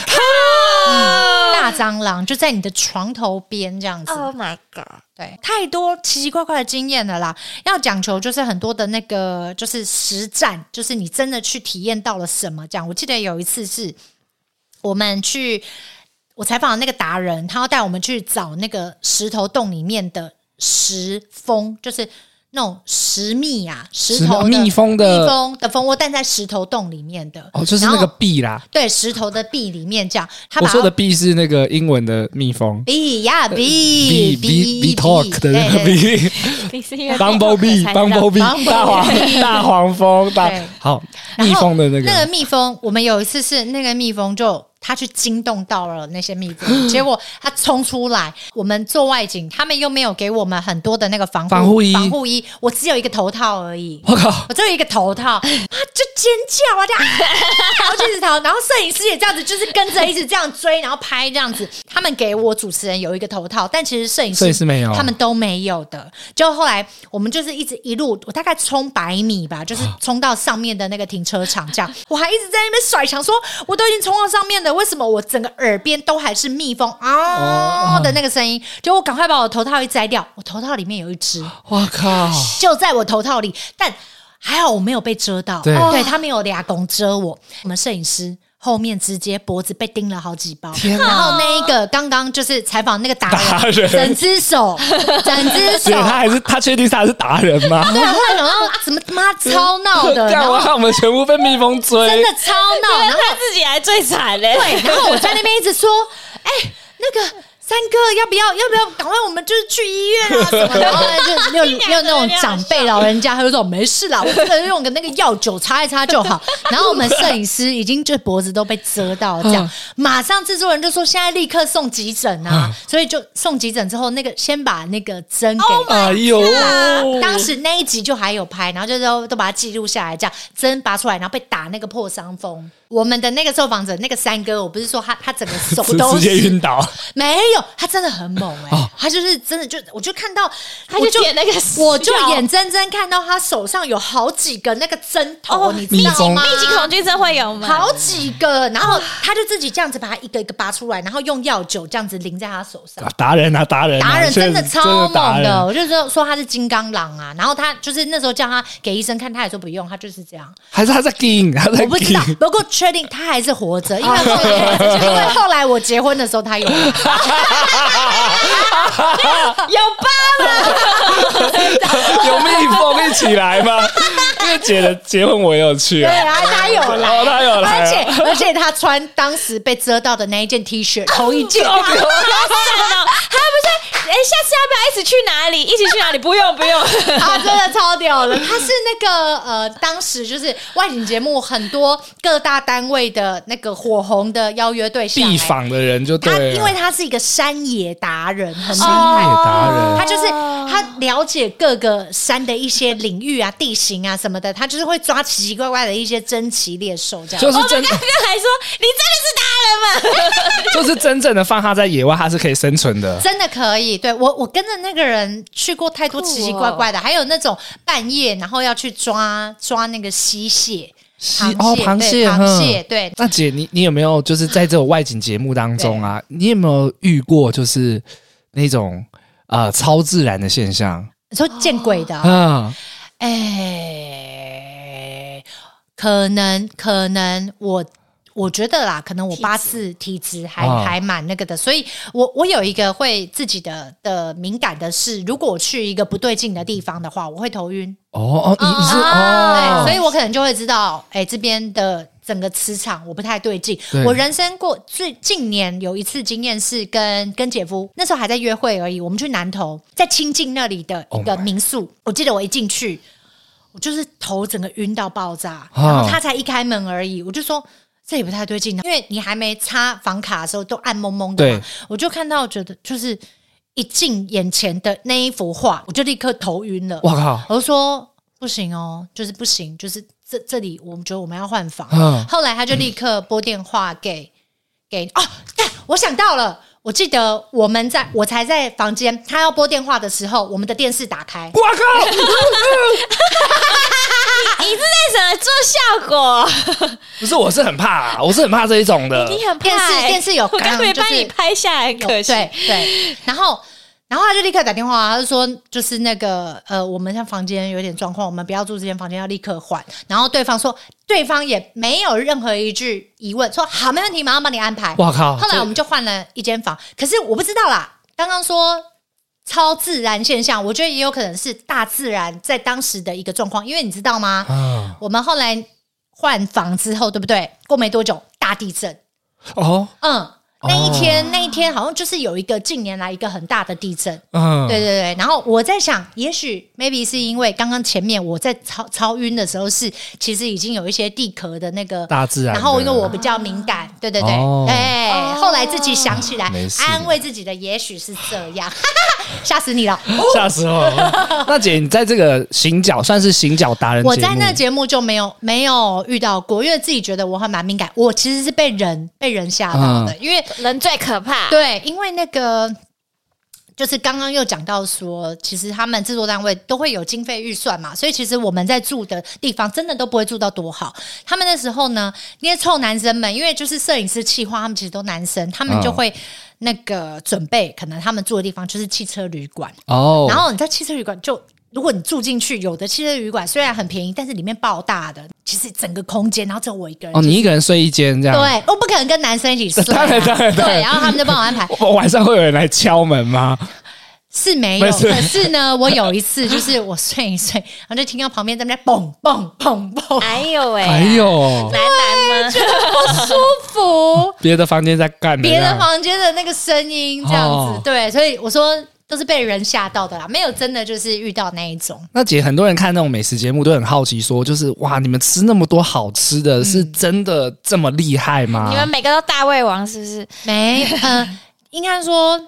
[SPEAKER 1] 嗯、大蟑螂就在你的床头边这样子。
[SPEAKER 2] ，Oh my God！
[SPEAKER 1] 对，太多奇奇怪怪的经验了啦。要讲求就是很多的那个就是实战，就是你真的去体验到了什么。这样，我记得有一次是我们去我采访的那个达人，他要带我们去找那个石头洞里面的石蜂，就是那种石蜜啊，石头的
[SPEAKER 3] 蜜蜂的
[SPEAKER 1] 蜜蜂的蜂窝蛋在石头洞里面的
[SPEAKER 3] 哦，就是那个
[SPEAKER 1] 然后
[SPEAKER 3] 壁啦。
[SPEAKER 1] 对石头的壁里面这样。他
[SPEAKER 3] 我
[SPEAKER 1] 把
[SPEAKER 3] 说
[SPEAKER 1] 它
[SPEAKER 3] 的壁是那个英文的蜜蜂
[SPEAKER 1] B 呀
[SPEAKER 3] ，B
[SPEAKER 1] B
[SPEAKER 3] B B talk 的
[SPEAKER 1] 对
[SPEAKER 3] 那个
[SPEAKER 1] 对
[SPEAKER 3] bee
[SPEAKER 2] 你是因为
[SPEAKER 3] bumblebee bumblebee 大黄大黄蜂大
[SPEAKER 1] 对
[SPEAKER 3] 好
[SPEAKER 1] 然
[SPEAKER 3] 蜜
[SPEAKER 1] 后
[SPEAKER 3] 蜂的那
[SPEAKER 1] 那个
[SPEAKER 3] 个
[SPEAKER 1] 蜜蜂，我们有一次是那个蜜蜂就它去惊动到了那些蜜 蜂，结果它冲出来。我们做外景，他们又没有给我们很多的那个防护
[SPEAKER 3] 防护衣
[SPEAKER 1] 防护衣，我只有一个头套而已。
[SPEAKER 3] 我靠，
[SPEAKER 1] 我只有一个头套，啊，就尖叫啊，这样，然后就一直逃，然后摄影师也这样子，就是跟着一直这样追，然后拍这样子。他们给我主持人有一个头套，但其实摄影师
[SPEAKER 3] 摄影师没有
[SPEAKER 1] 他们都没有的。就后来我们就是一直一路，我大概冲百米吧，就是
[SPEAKER 3] 啊
[SPEAKER 1] 冲到上面的那个停车场，这样，我还一直在那边甩墙，说我都已经冲到上面了，为什么我整个耳边都还是蜜蜂
[SPEAKER 3] 哦
[SPEAKER 1] 啊的那个声音？就我赶快把我头套一摘掉，我头套里面有一只。
[SPEAKER 3] 我靠，
[SPEAKER 1] 就在我头套里，但还好我没有被遮到，
[SPEAKER 3] 对
[SPEAKER 1] 对他们有俩拱遮我，我们摄影师。后面直接脖子被叮了好几包，
[SPEAKER 3] 天
[SPEAKER 1] 然后那一个刚刚就是采访那个达人，
[SPEAKER 3] 达人
[SPEAKER 1] 整只手，整只手
[SPEAKER 3] 所以，他还是他确定他是达人吗？
[SPEAKER 1] 对，后来想到怎么他妈 超闹的，然 后
[SPEAKER 3] 干嘛？我们全部被蜜蜂追，
[SPEAKER 1] 真的超闹，然后
[SPEAKER 2] 他自己还最惨欸嘞，
[SPEAKER 1] 对，然后我在那边一直说，哎、那个三哥要不要要不要赶快我们就是去医院啊什么的， 然后就又又那种长辈老人家，他就说没事啦，我真的用个那个药酒擦一擦就好。然后我们摄影师已经就脖子都被遮到这样
[SPEAKER 3] 嗯，
[SPEAKER 1] 马上制作人就说现在立刻送急诊啊，所以就送急诊之后，那个先把那个针给。
[SPEAKER 3] 哎呦，
[SPEAKER 1] Oh 当
[SPEAKER 3] 哦
[SPEAKER 1] 时那一集就还有拍，然后就都都把它记录下来，这样针拔出来，然后被打那个破伤风。我们的那个受访者，那个三哥，我不是说他他整个手
[SPEAKER 3] 直
[SPEAKER 1] 都
[SPEAKER 3] 直接
[SPEAKER 1] 是
[SPEAKER 3] 晕倒，哦
[SPEAKER 1] 没有，他真的很猛哎、 他就是真的就我就看到，
[SPEAKER 2] 他
[SPEAKER 1] 我
[SPEAKER 2] 就点那个
[SPEAKER 1] 我就
[SPEAKER 2] 笑
[SPEAKER 1] 眼睁睁看到他手上有好几个那个针头，
[SPEAKER 2] 哦
[SPEAKER 1] 你
[SPEAKER 3] 蜜
[SPEAKER 1] 知道
[SPEAKER 3] 蜂
[SPEAKER 1] 吗？
[SPEAKER 2] 密集嗯恐惧症会有吗？
[SPEAKER 1] 好啊几个，然后他就自己这样子把它一个一个拔出来，然后用药酒这样子淋在他手上。
[SPEAKER 3] 啊达人啊，达人啊，
[SPEAKER 1] 达人
[SPEAKER 3] 确
[SPEAKER 1] 真
[SPEAKER 3] 实
[SPEAKER 1] 的超
[SPEAKER 3] 达
[SPEAKER 1] 猛
[SPEAKER 3] 人
[SPEAKER 1] 的，我就说说他是金刚狼啊，然后他就是那时候叫他给医生看，他也说不用，他就是这样，
[SPEAKER 3] 还是他在顶，他在
[SPEAKER 1] 我不知道
[SPEAKER 3] 顶。，
[SPEAKER 1] 不过确定他还是活着，因为后来因为后来我结婚的时候他有来，
[SPEAKER 2] 有吧？
[SPEAKER 3] 有蜜蜂一起来吗？ 因为姐的结婚我也有去
[SPEAKER 1] 对
[SPEAKER 3] 啊，
[SPEAKER 1] 啊，他有来，
[SPEAKER 3] 哦他有来
[SPEAKER 1] 而且而且他穿当时被遮到的那一件 T 恤，同一件，
[SPEAKER 2] 算了，啊他不是哎，下次要不要一起去哪里？一起去哪里？不用不 用，
[SPEAKER 1] 他真的超屌了，他是那个呃，当时就是外景节目很多各大单位的那个火红的邀约对象、
[SPEAKER 3] 必
[SPEAKER 1] 哎
[SPEAKER 3] 访的人就对哦
[SPEAKER 1] 他
[SPEAKER 3] 了。
[SPEAKER 1] 因为他是一个山野达人，很厉
[SPEAKER 3] 山
[SPEAKER 1] 害
[SPEAKER 3] 野。达人
[SPEAKER 2] 哦
[SPEAKER 1] 他就是他了解各个山的一些领域啊、地形啊什么的，他就是会抓奇奇怪怪的一些珍奇猎兽这
[SPEAKER 3] 就
[SPEAKER 1] 样。
[SPEAKER 3] 是真
[SPEAKER 2] 刚刚还说你真的是达人吗？
[SPEAKER 3] 就是真正的放他在野外，他是可以生存 的。
[SPEAKER 1] 真的可以，对我我跟着那个人去过太多
[SPEAKER 2] 酷哦
[SPEAKER 1] 奇奇怪怪的，还有那种半夜然后要去抓抓那个溪蟹、
[SPEAKER 3] 西 哦，螃蟹，
[SPEAKER 1] 对螃蟹，
[SPEAKER 3] 哼
[SPEAKER 1] 对，
[SPEAKER 3] 那姐，你你有没有就是在这种外景节目当中啊，你有没有遇过就是那种呃超自然的现象
[SPEAKER 1] 你说见鬼的啊、
[SPEAKER 3] 啊？
[SPEAKER 1] 哎，可能可能我。我觉得啦，可能我
[SPEAKER 2] 体质
[SPEAKER 1] 八字体质还、
[SPEAKER 3] 啊
[SPEAKER 1] 还蛮那个的，所以我我有一个会自己的的敏感的是，如果我去一个不对劲的地方的话，我会头晕。
[SPEAKER 3] 哦哦，你你是
[SPEAKER 1] 对，所
[SPEAKER 3] 哦，
[SPEAKER 1] 以我可能就会知道，哎、这边的整个磁场我不太对劲
[SPEAKER 3] 对。
[SPEAKER 1] 我人生过最近年有一次经验是跟跟姐夫，那时候还在约会而已，我们去南投，在清境那里的一
[SPEAKER 3] Oh
[SPEAKER 1] 个
[SPEAKER 3] my
[SPEAKER 1] 民宿我记得我一进去，我就是头整个晕到爆炸，
[SPEAKER 3] 啊
[SPEAKER 1] 然后他才一开门而已，我就说。这也不太对劲，啊因为你还没插房卡的时候都暗蒙蒙的嘛
[SPEAKER 3] 对，
[SPEAKER 1] 我就看到觉得就是一进眼前的那一幅画，我就立刻头晕了。
[SPEAKER 3] 我靠，
[SPEAKER 1] 我就说不行哦，就是不行，就是这这里，我们觉得我们要换房。
[SPEAKER 3] 嗯
[SPEAKER 1] 后来他就立刻拨电话给、给哦，干我想到了，我记得我们在我才在房间，他要拨电话的时候，我们的电视打开。
[SPEAKER 3] 我靠，
[SPEAKER 2] 你是在什么做效果？
[SPEAKER 3] 不是，我是很怕啊，我是很怕这一种的。
[SPEAKER 2] 你很怕
[SPEAKER 1] 电视
[SPEAKER 2] 欸
[SPEAKER 1] 电视有
[SPEAKER 2] 我刚没
[SPEAKER 1] 刚
[SPEAKER 2] 帮
[SPEAKER 1] 就是
[SPEAKER 2] 你拍下来，
[SPEAKER 1] 有
[SPEAKER 2] 可惜。
[SPEAKER 1] 对对，然后。然后他就立刻打电话，啊他就说就是那个呃，我们像房间有点状况，我们不要住这间房间，要立刻换。然后对方说，对方也没有任何一句疑问，说好，没问题，马上帮你安排。
[SPEAKER 3] 我靠，
[SPEAKER 1] 后来
[SPEAKER 3] 这
[SPEAKER 1] 我们就换了一间房，可是我不知道啦。刚刚说超自然现象，我觉得也有可能是大自然在当时的一个状况，因为你知道吗？
[SPEAKER 3] 啊
[SPEAKER 1] 我们后来换房之后，对不对？过没多久，大地震。
[SPEAKER 3] 哦
[SPEAKER 1] 嗯，那一天、那一天好像就是有一个近年来一个很大的地震。
[SPEAKER 3] 嗯，
[SPEAKER 1] 对对对，然后我在想，也许 maybe 是因为刚刚前面我在超超晕的时候是，其实已经有一些地壳的那个
[SPEAKER 3] 大自然的
[SPEAKER 1] 然后因为我比较敏感，对对对，
[SPEAKER 3] 哦
[SPEAKER 1] 哎、后来自己想起来
[SPEAKER 3] 啊没，事
[SPEAKER 1] 安慰自己的也许是这样， 吓死 你了！
[SPEAKER 3] 吓死 我了。那姐，你在这个行脚算是行脚达人节目，
[SPEAKER 1] 我在那节目就没有没有遇到过，因为自己觉得我还蛮敏感，我其实是被人被人吓到
[SPEAKER 3] 嗯
[SPEAKER 1] 的，因为
[SPEAKER 2] 人最可怕。
[SPEAKER 1] 对，因为那个就是刚刚又讲到说，其实他们制作单位都会有经费预算嘛，所以其实我们在住的地方真的都不会住到多好。他们那时候呢，那些臭男生们，因为就是摄影师、企划，他们其实都男生，他们就
[SPEAKER 3] 嗯
[SPEAKER 1] 会那个准备，可能他们住的地方就是汽车旅馆，
[SPEAKER 3] 哦，
[SPEAKER 1] 然后你在汽车旅馆就如果你住进去，有的汽车旅馆虽然很便宜，但是里面爆大的，其实整个空间，然后只有我一个人。
[SPEAKER 3] 哦，你一个人睡一间这样，
[SPEAKER 1] 对，我不可能跟男生一起睡、啊，
[SPEAKER 3] 当然当然当然
[SPEAKER 1] 对，然后他们就帮我安排，
[SPEAKER 3] 我晚上会有人来敲门吗？
[SPEAKER 1] 是没有，
[SPEAKER 3] 没事
[SPEAKER 1] 可是呢，我有一 次就是我睡一睡，然后就听到旁边在那边蹦蹦蹦蹦，
[SPEAKER 2] 哎呦喂、
[SPEAKER 3] 哎，呦，
[SPEAKER 2] 男男吗？
[SPEAKER 1] 不舒 服，
[SPEAKER 3] 别的房间在干
[SPEAKER 1] 别
[SPEAKER 3] 这
[SPEAKER 1] 的
[SPEAKER 3] 样
[SPEAKER 1] 房间的那个声音这样子，
[SPEAKER 3] 哦
[SPEAKER 1] 对，所以我说都是被人吓到的啦，没有真的就是遇到那一种。
[SPEAKER 3] 那姐，很多人看那种美食节目都很好奇说就是哇，你们吃那么多好吃的，是
[SPEAKER 1] 嗯
[SPEAKER 3] 真的这么厉害吗？
[SPEAKER 2] 你们每个都大胃王是不是？
[SPEAKER 1] 没，呃，应该说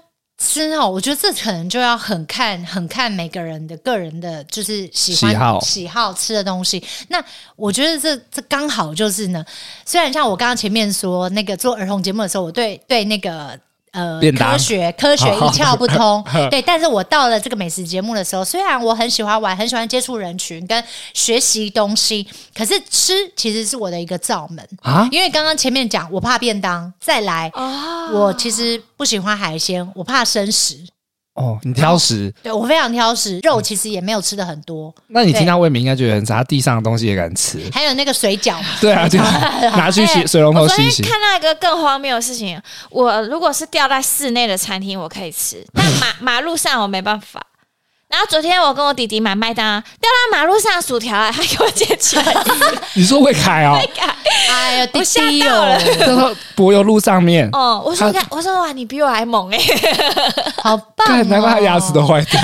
[SPEAKER 1] 吃哦，我觉得这可能就要很看很看每个人的个人的，就是喜欢
[SPEAKER 3] 喜好
[SPEAKER 1] 吃的东西。那我觉得这这刚好就是呢，虽然像我刚刚前面说那个做儿童节目的时候，我对对那个。呃，
[SPEAKER 3] 便当
[SPEAKER 1] 科学科学一窍不 通，对。但是我到了这个美食节目的时候，虽然我很喜欢玩，很喜欢接触人群跟学习东西，可是吃其实是我的一个罩门。
[SPEAKER 3] 啊，
[SPEAKER 1] 因为刚刚前面讲，我怕便当，再来，
[SPEAKER 2] 哦，
[SPEAKER 1] 我其实不喜欢海鲜，我怕生食，
[SPEAKER 3] 哦，你挑食，
[SPEAKER 1] 对我非常挑食，肉其实也没有吃的很多，
[SPEAKER 3] 那你
[SPEAKER 1] 对
[SPEAKER 3] 听到魏明应该觉得很傻，他地上的东西也敢吃。
[SPEAKER 1] 还有那个水饺，
[SPEAKER 3] 对啊，就拿去洗水龙头
[SPEAKER 2] 哎我昨
[SPEAKER 3] 洗
[SPEAKER 2] 天
[SPEAKER 3] 洗。
[SPEAKER 2] 看到一个更荒谬的事情，我如果是掉在室内的餐厅，我可以吃，但 马马路上我没办法。然后昨天我跟我弟弟买麦当劳，掉到马路上的薯条、啊，他给我捡起 来，
[SPEAKER 3] 你说会 开哦，
[SPEAKER 1] 哎呀，弟
[SPEAKER 2] 我吓
[SPEAKER 1] 弟
[SPEAKER 2] 到
[SPEAKER 1] 哦
[SPEAKER 2] 了，
[SPEAKER 3] 掉到柏油路上面，
[SPEAKER 2] 哦，我说
[SPEAKER 3] 他
[SPEAKER 2] 看，我说哇，你比我还猛哎、
[SPEAKER 1] 好棒、哦
[SPEAKER 3] 看，难怪他牙齿都坏 掉。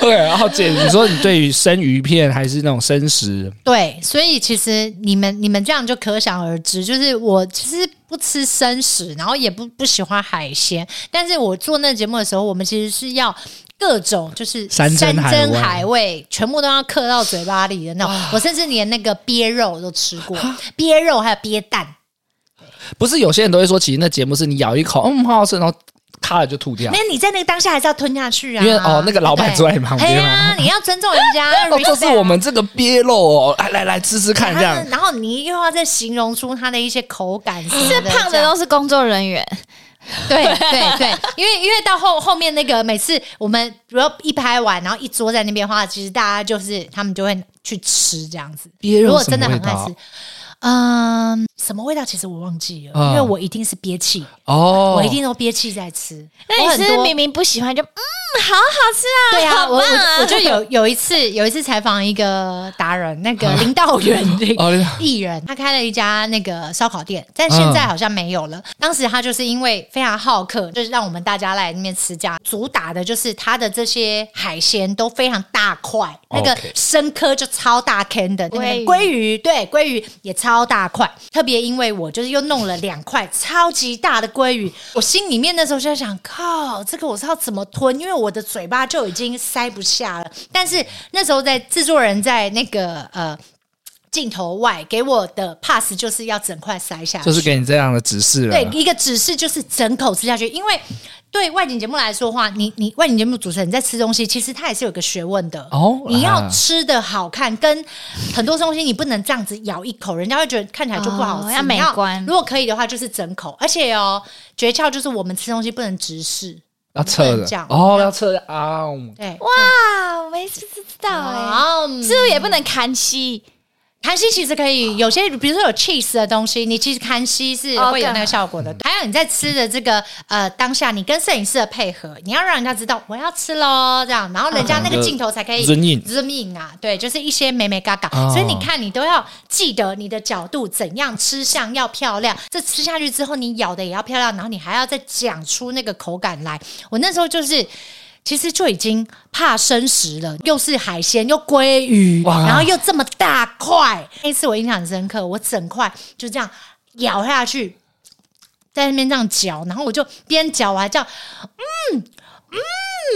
[SPEAKER 3] 对，然后姐，你说你对于生鱼片还是那种生食，
[SPEAKER 1] 对，所以其实你们你们这样就可想而知，就是我其实不吃生食，然后也不不喜欢海鲜，但是我做那节目的时候，我们其实是要。各种就是
[SPEAKER 3] 山珍海味
[SPEAKER 1] 珍海味，全部都要刻到嘴巴里的那
[SPEAKER 2] 啊
[SPEAKER 1] 种。我甚至连那个鳖肉都吃过，鳖肉还有鳖蛋，
[SPEAKER 3] 不是有些人都会说，其实那节目是你咬一口，嗯，好好吃，然后咔了就吐掉
[SPEAKER 1] 没。有，你在那个当下还是要吞下去啊，
[SPEAKER 3] 因为哦那个老板
[SPEAKER 1] 对
[SPEAKER 3] 坐在你旁边
[SPEAKER 1] 嘿
[SPEAKER 3] 嘛
[SPEAKER 1] 啊，你要尊重人家，
[SPEAKER 3] 哦，这是
[SPEAKER 1] respect 啊
[SPEAKER 3] 我们这个鳖肉哦，来来来，吃吃看，这
[SPEAKER 1] 然
[SPEAKER 3] 样
[SPEAKER 1] 后然后你又要再形容出它的一些口感什么
[SPEAKER 2] 这
[SPEAKER 1] 的，
[SPEAKER 2] 胖
[SPEAKER 1] 这
[SPEAKER 2] 的
[SPEAKER 1] 样
[SPEAKER 2] 都是工作人员，
[SPEAKER 1] 对 对对，因为因为到后后面那个每次我们如果一拍完，然后一桌在那边的话，其实大家就是他们就会去吃这样子。
[SPEAKER 3] 鳖
[SPEAKER 1] 如
[SPEAKER 3] 肉
[SPEAKER 1] 果
[SPEAKER 3] 什
[SPEAKER 1] 真
[SPEAKER 3] 么
[SPEAKER 1] 的
[SPEAKER 3] 味
[SPEAKER 1] 很爱
[SPEAKER 3] 道
[SPEAKER 1] 吃？，嗯，什么味道？其实我忘记了，
[SPEAKER 3] 嗯
[SPEAKER 1] 因为我一定是憋气，
[SPEAKER 3] 哦，
[SPEAKER 1] 我一定都憋气在吃。
[SPEAKER 2] 那
[SPEAKER 1] 我
[SPEAKER 2] 你
[SPEAKER 1] 很
[SPEAKER 2] 是不是
[SPEAKER 1] 多
[SPEAKER 2] 明明不喜欢就嗯，好好吃啊，
[SPEAKER 1] 对啊，
[SPEAKER 2] 好
[SPEAKER 1] 我
[SPEAKER 2] 棒
[SPEAKER 1] 我
[SPEAKER 2] 啊
[SPEAKER 1] 我就有有一次有一次采访一个达人，那个林道远
[SPEAKER 3] 啊哦林道
[SPEAKER 1] 艺人，他开了一家那个烧烤店，但现在好像没有
[SPEAKER 3] 嗯
[SPEAKER 1] 了。当时他就是因为非常好客，就是让我们大家来那边吃家，主打的就是他的这些海鲜都非常大块，那个
[SPEAKER 3] OK
[SPEAKER 1] 生科就超大坑的，那个
[SPEAKER 2] 鲑鱼
[SPEAKER 1] 鲑鱼对鲑鱼也超大块，特别因为我就是又弄了两块超级大的鲑鱼，我心里面那时候就在想，靠，这个我是要怎么吞？因为我的嘴巴就已经塞不下了。但是那时候在制作人在那个呃镜头外给我的 pass 就是要整块塞下去，
[SPEAKER 3] 就是给你这样的指示了
[SPEAKER 1] 对，。一个指示就是整口吃下去，因为对外景节目来说的话，你你外景节目主持人在吃东西，其实它也是有个学问的
[SPEAKER 3] 哦
[SPEAKER 1] 你
[SPEAKER 3] 啊
[SPEAKER 1] 要吃的好看，跟很多东西你不能这样子咬一口，人家会觉得看起来就不好吃。
[SPEAKER 2] 哦要美
[SPEAKER 1] 你
[SPEAKER 2] 观
[SPEAKER 1] 如果可以的话，就是整口。而且哦，诀窍就是我们吃东西不能直视，
[SPEAKER 3] 要测的
[SPEAKER 1] 这样
[SPEAKER 3] 哦，要测的啊，
[SPEAKER 1] 对。
[SPEAKER 2] 哇，我也是不知道哎、
[SPEAKER 1] 哇，嗯
[SPEAKER 2] 是不是也不能看戏？
[SPEAKER 1] 韩西其实可以，有些比如说有 cheese 的东西，你其实韩西是
[SPEAKER 2] 哦
[SPEAKER 1] 会有
[SPEAKER 2] 更
[SPEAKER 1] 那
[SPEAKER 2] 好
[SPEAKER 1] 个效果的。还有你在吃的这个呃当下，你跟摄影师的配合，你要让人家知道我要吃喽，这样，然后人家那个镜头才可以
[SPEAKER 3] Zoom in
[SPEAKER 1] zoom in 啊，对，就是一些美美嘎嘎。
[SPEAKER 3] 哦
[SPEAKER 1] 所以你看，你都要记得你的角度怎样吃相要漂亮，这吃下去之后你咬的也要漂亮，然后你还要再讲出那个口感来。我那时候就是。其实就已经怕生食了，又是海鲜，又鲑鱼，
[SPEAKER 3] 哇
[SPEAKER 1] 然后又这么大块。那一次我印象很深刻，我整块就这样咬下去，在那边这样嚼，然后我就边嚼我还这样，嗯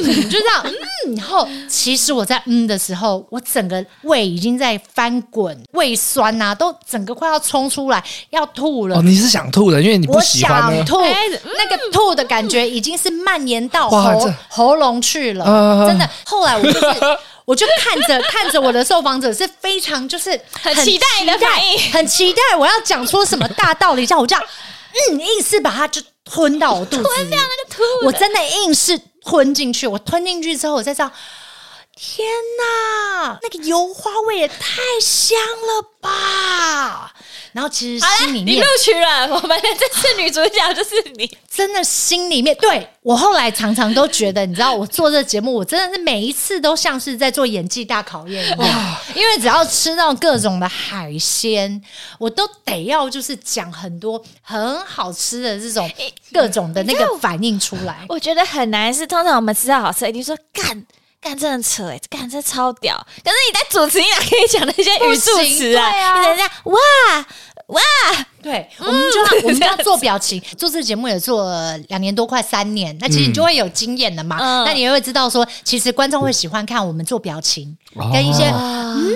[SPEAKER 1] 嗯，就这样嗯。然后其实我在嗯的时候，我整个胃已经在翻滚，胃酸呐、都整个快要冲出来，要吐了。
[SPEAKER 3] 哦，你是想吐的，因为你不
[SPEAKER 1] 我
[SPEAKER 3] 喜欢呢
[SPEAKER 1] 想。吐，
[SPEAKER 2] 哎
[SPEAKER 1] 那个吐的感觉已经是蔓延到
[SPEAKER 3] 哇
[SPEAKER 1] 喉
[SPEAKER 3] 这
[SPEAKER 1] 喉咙去了，
[SPEAKER 3] 啊
[SPEAKER 1] 真的。后来我 就是，我就看着看着我的受访者是非常就是
[SPEAKER 2] 很期待你的
[SPEAKER 1] 期待
[SPEAKER 2] 反应
[SPEAKER 1] 很期待我要讲出什么大道理，像我这样， 嗯，硬是把它就吞到我肚子里，
[SPEAKER 2] 那个吐
[SPEAKER 1] 我真的硬是吞进去。我吞进去之后，我再这样。天哪，那个油花味也太香了吧！然后其实心里
[SPEAKER 2] 你
[SPEAKER 1] 面
[SPEAKER 2] 录取了，我们的这次女主角就是你。
[SPEAKER 1] 真的心里面，对我后来常常都觉得，你知道，我做这节目，我真的是每一次都像是在做演技大考验一样，因为只要吃到各种的海鲜，我都得要就是讲很多很好吃的这种各种的那个反应出来。
[SPEAKER 2] 我觉得很难是，通常我们吃到好吃，一定说干干真的扯哎、欸，干这超屌。可是你在主持，你啊哪可以讲那些语助词
[SPEAKER 1] 不
[SPEAKER 2] 啊？
[SPEAKER 1] 行对啊
[SPEAKER 2] 你等一下，哇哇，
[SPEAKER 1] 嗯对，我们就 要我们就要做表情，做这节目也做了两年多，快三年，那其实你就会有经验了嘛，
[SPEAKER 2] 嗯
[SPEAKER 1] 那你也会知道说，其实观众会喜欢看我们做表情，跟一些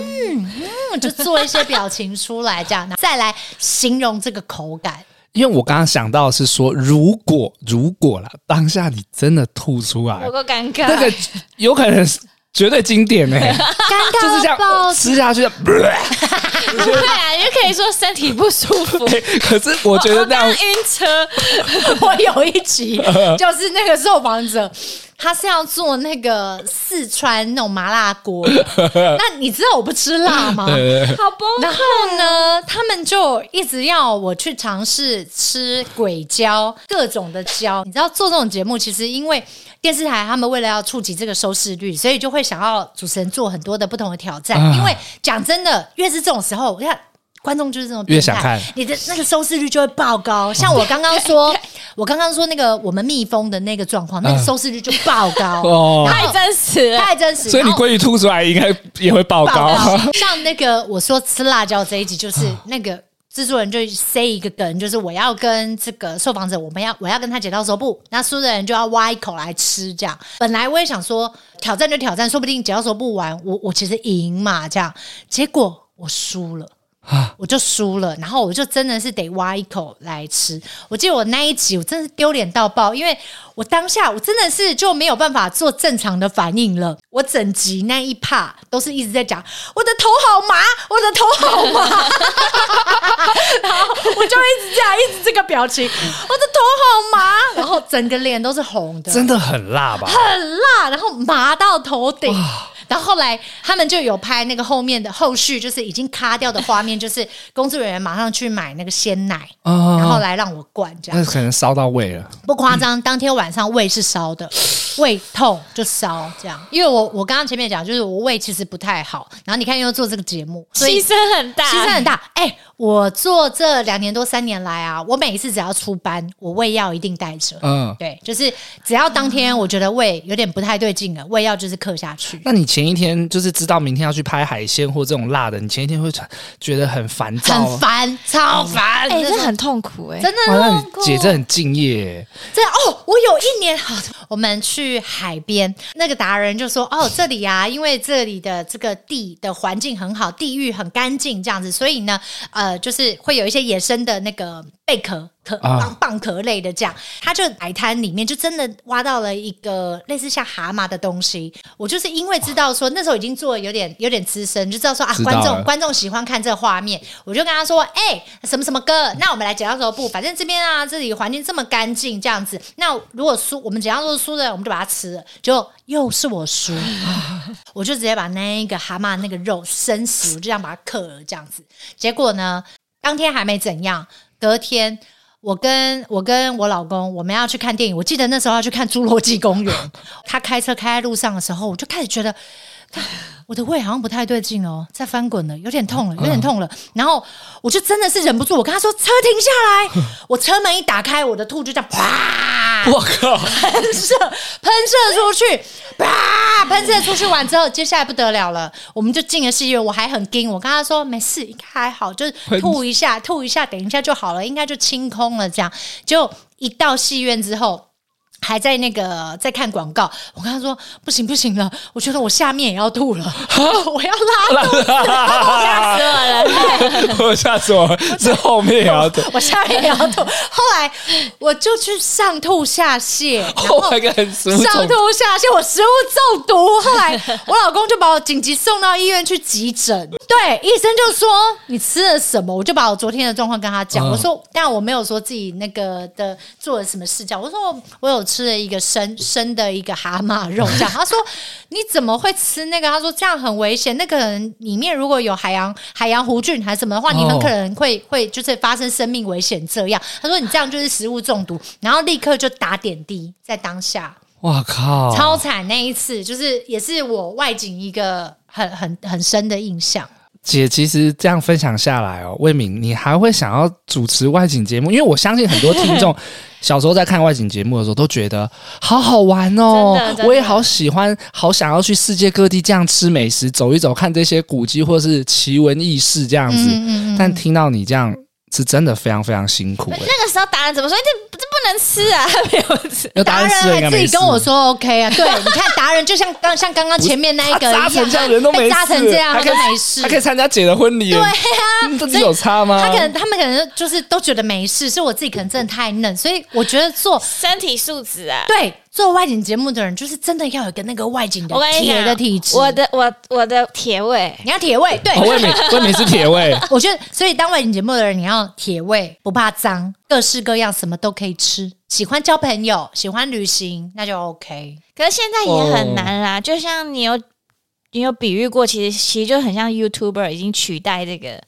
[SPEAKER 1] 嗯就做一些表情出来，这样再来形容这个口感。
[SPEAKER 3] 因为我刚刚想到是说，如果如果啦，当下你真的吐出来
[SPEAKER 2] 我，够尴尬。
[SPEAKER 3] 那个有可能是绝对经典呢、
[SPEAKER 1] 尴尬
[SPEAKER 3] 就是这样呃
[SPEAKER 1] 爆
[SPEAKER 3] 吃下去。
[SPEAKER 2] 不会啊，你就可以说身体不 舒服。
[SPEAKER 3] 可是我觉得那
[SPEAKER 2] 刚
[SPEAKER 3] 样
[SPEAKER 2] 晕车，
[SPEAKER 1] 我有一集就是那个受访者，他是要做那个四川那种麻辣锅，那你知道我不吃辣吗？
[SPEAKER 3] 呃
[SPEAKER 2] 好崩
[SPEAKER 1] 然后呢，他们就一直要我去尝试吃鬼椒，各种的椒。你知道做这种节目，其实因为电视台他们为了要触及这个收视率，所以就会想要主持人做很多的不同的挑战。
[SPEAKER 3] 啊
[SPEAKER 1] 因为讲真的，越是这种时候，你看。观众就是这种
[SPEAKER 3] 越
[SPEAKER 1] 变
[SPEAKER 3] 想
[SPEAKER 1] 态
[SPEAKER 3] 看
[SPEAKER 1] 你的那个收视率就会爆 高。像我刚刚说，我刚刚说那个我们蜜蜂的那个状况，那个收视率就爆高，
[SPEAKER 3] 啊 哦
[SPEAKER 1] 然
[SPEAKER 2] 太
[SPEAKER 1] 后
[SPEAKER 2] 真实了。
[SPEAKER 1] 太真实。
[SPEAKER 3] 所以你
[SPEAKER 1] 然后
[SPEAKER 3] 鲑鱼吐出来应该也会爆
[SPEAKER 1] 报
[SPEAKER 3] 高。啊
[SPEAKER 1] 告。像那个我说吃辣椒这一集，就是那个制作人就塞一个梗，就是我要跟这个受访者，我们要我要跟他剪刀手布，那输的人就要挖一口来吃。这样，本来我也想说挑战就挑战，说不定剪刀手布完，我我其实赢嘛，这样，结果我输了。我就输了，然后我就真的是得挖一口来吃。我记得我那一集，我真的是丢脸到爆，因为我当下我真的是就没有办法做正常的反应了。我整集那一趴都是一直在讲我的头好麻，我的头好麻， 然后我就一直这样，一直这个表情，我的头好麻，然后整个脸都是红的，
[SPEAKER 3] 真的很辣吧？
[SPEAKER 1] 很辣，然后麻到头顶。然后后来他们就有拍那个后面的后续，就是已经卡掉的画面，就是工作人员马上去买那个鲜奶，
[SPEAKER 3] 哦
[SPEAKER 1] 然后来让我灌，这
[SPEAKER 3] 那
[SPEAKER 1] 样
[SPEAKER 3] 可能烧到胃了。
[SPEAKER 1] 不夸张。当天晚上胃是烧的，胃痛就烧这样。因为我我刚刚前面讲，就是我胃其实不太好，然后你看又做这个节目，所以
[SPEAKER 2] 牺牲很大，
[SPEAKER 1] 牺牲很大。哎、我做这两年多三年来啊，我每一次只要出班，我胃药一定带着。
[SPEAKER 3] 嗯，
[SPEAKER 1] 对，就是只要当天我觉得胃有点不太对劲了，胃药就是克下 去。
[SPEAKER 3] 那你前一天就是知道明天要去拍海鲜或这种辣的，你前一天会觉得很烦躁
[SPEAKER 1] 很
[SPEAKER 3] 啊。
[SPEAKER 1] 烦，超烦！
[SPEAKER 2] 哎，这
[SPEAKER 1] 真的
[SPEAKER 2] 很痛苦哎。
[SPEAKER 1] 真的
[SPEAKER 3] 哇，
[SPEAKER 1] 哦
[SPEAKER 3] 那
[SPEAKER 1] 很
[SPEAKER 3] 你姐这很敬业
[SPEAKER 1] 这哦，我有一年，好我们去海边，那个达人就说：“哦，这里啊，因为这里的这个地的环境很好，地域很干净，这样子，所以呢，呃，就是会有一些野生的那个贝壳。”壳
[SPEAKER 3] 啊
[SPEAKER 1] 蚌蚌壳类的这样，他就海滩里面就真的挖到了一个类似像蛤蟆的东西。我就是因为知道说那时候已经做得有点有点资深，就知道说啊
[SPEAKER 3] 知道
[SPEAKER 1] 观
[SPEAKER 3] 了
[SPEAKER 1] 众观众喜欢看这画面，我就跟他说：“哎、什么什么哥，那我们来剪刀石头布，反正这边啊，这里环境这么干净，这样子。那如果输，我们剪刀石头输的，我们就把它吃了。就又是我 输，我就直接把那一个蛤蟆那个肉生食，我就这样把它刻了，这样子。结果呢，当天还没怎样，隔天。”我跟我跟我老公，我们要去看电影。我记得那时候要去看《侏罗纪公园》，他开车开在路上的时候，我就开始觉得我的胃好像不太对劲哦，在翻滚了，有点痛了，有点痛了。然后我就真的是忍不住，我跟他说：“车停下来！”我车门一打开，我的吐就这样啪，
[SPEAKER 3] 我靠，
[SPEAKER 1] 喷射喷射出去，啪！喷射出去完之后，接下来不得了了，我们就进了戏院。我还很惊，我跟他说没事，应该还好，就是吐一下，吐一下，等一下就好了，应该就清空了。这样，就一到戏院之后。还在那个在看广告，我跟他说不行不行了，我觉得我下面也要吐了，我要拉肚子，
[SPEAKER 2] 吓死我了！
[SPEAKER 3] 我吓死我了！这后面也要等，
[SPEAKER 1] 我下面也要吐。后来我就去上吐下泻，然 后
[SPEAKER 3] 后来个很舒
[SPEAKER 1] 上
[SPEAKER 3] 服。
[SPEAKER 1] 吐下泻，我食物中毒。后来我老公就把我紧急送到医院去急诊。对，医生就说你吃了什么，我就把我昨天的状况跟他讲。
[SPEAKER 3] 嗯
[SPEAKER 1] 我说，但我没有说自己那个的做了什么事情。我说我我有吃了一个生生的一个蛤蟆肉这样。他说你怎么会吃那个？他说这样很危险，那个人里面如果有海洋海洋弧菌还是什么的话，你很可能会会就是发生生命危险这样。他说你这样就是食物中毒，然后立刻就打点滴在当下。
[SPEAKER 3] 哇靠！
[SPEAKER 1] 超惨那一次，就是也是我外景一个很很很深的印象。
[SPEAKER 3] 姐，其实这样分享下来哦，魏敏，你还会想要主持外景节目？因为我相信很多听众 小时候在看外景节目的时候，都觉得好好玩哦
[SPEAKER 2] 真的真，的
[SPEAKER 3] 我也好喜欢，好想要去世界各地这样吃美食，走一走，看这些古迹或是奇闻异事这样子。
[SPEAKER 1] 嗯嗯嗯
[SPEAKER 3] 但听到你这样，是真的非常非常辛 苦、欸。
[SPEAKER 2] 那个时候达人怎么说？这这不能吃啊， 没有吃。
[SPEAKER 3] 有答
[SPEAKER 1] 达
[SPEAKER 3] 案
[SPEAKER 1] 人
[SPEAKER 3] 是了应该
[SPEAKER 1] 还自
[SPEAKER 3] 没
[SPEAKER 1] 己
[SPEAKER 3] 事
[SPEAKER 1] 跟我说 OK 啊，对，你看达人就像 刚像刚刚前面那一个一
[SPEAKER 3] 他
[SPEAKER 1] 样，
[SPEAKER 3] 扎成这样人都没
[SPEAKER 1] 被
[SPEAKER 3] 事，
[SPEAKER 1] 扎成这样
[SPEAKER 3] 他
[SPEAKER 1] 他
[SPEAKER 3] 可以
[SPEAKER 1] 都没事
[SPEAKER 3] 他可。以参加姐的婚礼，对啊，这是有差吗？
[SPEAKER 1] 他可能他们可能就是都觉得没事，是我自己可能真的太嫩，所以我觉得做
[SPEAKER 2] 身体素质啊。
[SPEAKER 1] 对做外景节目的人，就是真的要有一个那个外景的
[SPEAKER 2] 我跟你
[SPEAKER 1] 铁
[SPEAKER 2] 讲，
[SPEAKER 1] 的体质，
[SPEAKER 2] 我的我我的铁胃，
[SPEAKER 1] 你要铁胃，对，
[SPEAKER 3] 哦，魏 敏，魏敏是铁胃，
[SPEAKER 1] 我觉得，所以当外景节目的人，你要铁胃，不怕脏，各式各样，什么都可以吃。喜欢交朋友，喜欢旅行，那就 OK。
[SPEAKER 2] 可是现在也很难啦。就像你有你有比喻过，其实其实就很像 YouTuber 已经取代这个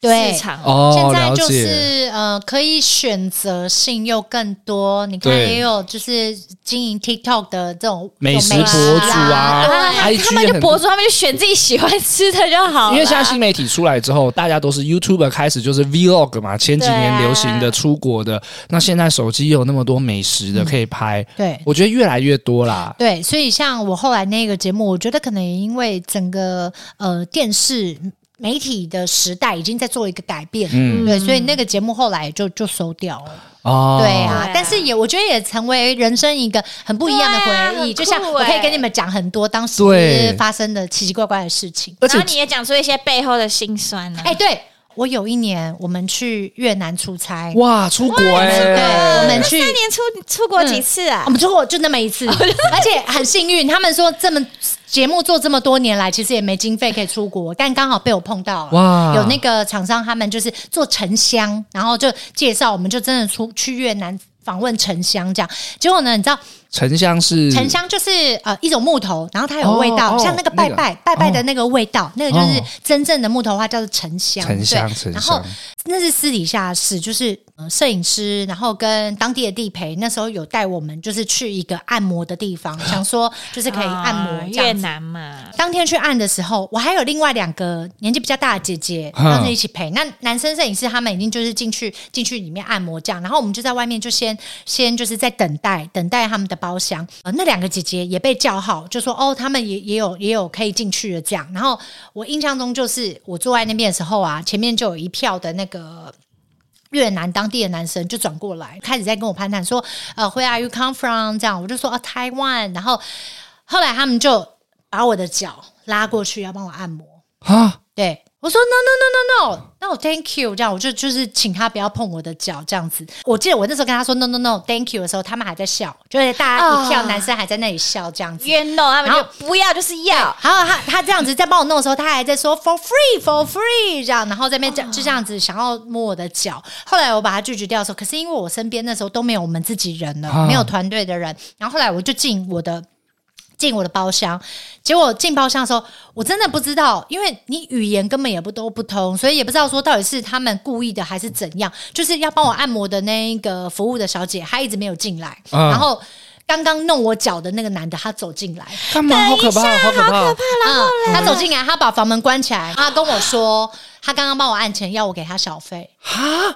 [SPEAKER 1] 对
[SPEAKER 2] 市场了。
[SPEAKER 3] 哦
[SPEAKER 1] 现，在
[SPEAKER 3] 了
[SPEAKER 1] 就
[SPEAKER 3] 解。
[SPEAKER 1] 是呃，可以选择性又更多。你看，
[SPEAKER 3] 对
[SPEAKER 1] 也有就是经营 TikTok 的这种
[SPEAKER 3] 美食
[SPEAKER 1] 这种
[SPEAKER 3] 博主啊
[SPEAKER 1] 对
[SPEAKER 2] 啊
[SPEAKER 3] IG
[SPEAKER 2] 他们
[SPEAKER 3] 也
[SPEAKER 2] 就
[SPEAKER 3] 很
[SPEAKER 2] 博主，他们就选自己喜欢吃的就好了。
[SPEAKER 3] 因为现在新媒体出来之后，大家都是 YouTuber 开始就是 Vlog 嘛，前几年流行
[SPEAKER 2] 对
[SPEAKER 3] 的
[SPEAKER 2] 啊
[SPEAKER 3] 出国的，那现在手机也有那么多美食
[SPEAKER 1] 嗯
[SPEAKER 3] 的可以拍，
[SPEAKER 1] 对
[SPEAKER 3] 我觉得越来越多啦。
[SPEAKER 1] 对，所以像我后来那个节目，我觉得可能也因为整个呃电视媒体的时代已经在做一个改变，
[SPEAKER 3] 嗯
[SPEAKER 1] 对，所以那个节目后来就就收掉了。
[SPEAKER 3] 哦，
[SPEAKER 1] 对啊
[SPEAKER 2] 对啊，
[SPEAKER 1] 但是也我觉得也成为人生一个很不一样的
[SPEAKER 2] 对啊
[SPEAKER 1] 回忆，
[SPEAKER 2] 很
[SPEAKER 1] 就像
[SPEAKER 2] 酷
[SPEAKER 1] 我可以
[SPEAKER 2] 欸
[SPEAKER 1] 跟你们讲很多当时
[SPEAKER 3] 对
[SPEAKER 1] 发生的奇奇怪怪的事情。
[SPEAKER 3] 而
[SPEAKER 2] 然
[SPEAKER 3] 且
[SPEAKER 2] 后你也讲出一些背后的辛酸啊呢、
[SPEAKER 1] 哎、对我有一年我们去越南出差，
[SPEAKER 3] 哇，出国
[SPEAKER 1] 对，
[SPEAKER 3] 哎，
[SPEAKER 1] 我们去
[SPEAKER 2] 三年出出国几次啊
[SPEAKER 1] 我？们出国就那么一次，而且很幸运，他们说这么节目做这么多年来，其实也没经费可以出国，但刚好被我碰到了。
[SPEAKER 3] 哇
[SPEAKER 1] 哇，有那个厂商他们就是做沉香，然后就介绍，我们就真的出去越南访问沉香这样。结果呢，你知道
[SPEAKER 3] 沉香是
[SPEAKER 1] 沉香就是呃一种木头，然后它有味道，
[SPEAKER 3] 嗯哦哦
[SPEAKER 1] 像那个拜拜、拜拜的那个味道，那个就是
[SPEAKER 3] 哦
[SPEAKER 1] 真正的木头花叫做沉香。
[SPEAKER 3] 沉香
[SPEAKER 1] 对
[SPEAKER 3] 沉
[SPEAKER 1] 然后
[SPEAKER 3] 香
[SPEAKER 1] 那是私底下的事，就是呃摄影师，然后跟当地的地陪，那时候有带我们就是去一个按摩的地方，想说就是可以按摩、
[SPEAKER 2] 啊
[SPEAKER 1] 这样
[SPEAKER 2] 越
[SPEAKER 1] 子
[SPEAKER 2] 南嘛，
[SPEAKER 1] 当天去按的时候，我还有另外两个年纪比较大的姐姐，
[SPEAKER 3] 嗯
[SPEAKER 1] 当时一起陪。那男生摄影师他们已经就是进去进去里面按摩这样，然后我们就在外面就先先就是在等待等待他们的包厢。呃，那两个姐姐也被叫号，就说哦，他们也也有也有可以进去的这样。然后我印象中就是我坐在那边的时候啊，前面就有一票的那个越南当地的男生就转过来，开始在跟我攀谈说，呃，Where are you come from？这样，我就说啊，台湾。然后后来他们就把我的脚拉过去，要帮我按摩。
[SPEAKER 3] 啊，
[SPEAKER 1] 对我说 No No No No No No Thank you，这样我就就是请他不要碰我的脚这样子。我记得我那时候跟他说 No No No Thank you 的时候，他们还在笑，就是大家一票
[SPEAKER 2] 啊
[SPEAKER 1] 男生还在那里笑这样子。
[SPEAKER 2] 越弄他们
[SPEAKER 1] 然
[SPEAKER 2] 就
[SPEAKER 1] 后
[SPEAKER 2] 不要就是要，
[SPEAKER 1] 然后他他这样子在帮我弄的时候，他还在说 for free for free 这样，然后在那边这样就这样子想要摸我的脚。后来我把他拒绝掉的时候，可是因为我身边那时候都没有我们自己人了，
[SPEAKER 3] 啊
[SPEAKER 1] 没有团队的人，然后后来我就进我的。进我的包厢，结果进包厢的时候，我真的不知道，因为你语言根本也不都不通，所以也不知道说到底是他们故意的还是怎样。就是要帮我按摩的那一个服务的小姐，她一直没有进来，
[SPEAKER 3] 啊
[SPEAKER 1] 然后刚刚弄我脚的那个男的，他走进来，
[SPEAKER 3] 干嘛？好可怕，好可怕！
[SPEAKER 1] 嗯，他走进来，他把房门关起来，他跟我说，他刚刚帮我按钱，要我给他小费。
[SPEAKER 3] 啊，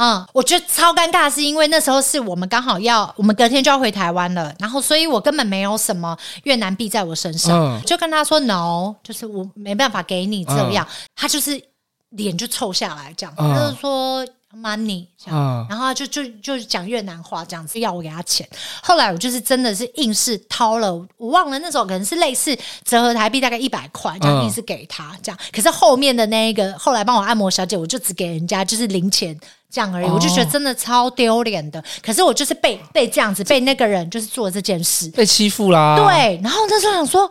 [SPEAKER 1] 嗯，我觉得超尴尬，是因为那时候是我们刚好要，我们隔天就要回台湾了，然后所以我根本没有什么越南币在我身上，
[SPEAKER 3] 嗯
[SPEAKER 1] 就跟他说 no，就是我没办法给你这样，他就是脸就臭下来这样，
[SPEAKER 3] 嗯
[SPEAKER 1] 他就说 money 这样，
[SPEAKER 3] 嗯
[SPEAKER 1] 然后他就就就讲越南话这样子，要我给他钱。后来我就是真的是硬是掏了，我忘了那时候可能是类似折合台币大概一百块这样
[SPEAKER 3] 嗯
[SPEAKER 1] 硬是。是给他这样，可是后面的那一个后来帮我按摩小姐，我就只给人家就是零钱这样而已。
[SPEAKER 3] 哦
[SPEAKER 1] 我就觉得真的超丢脸的。可是我就是被被这样子，被那个人就是做这件事。
[SPEAKER 3] 被欺负啦。，
[SPEAKER 1] 啊对，然后那时候想说，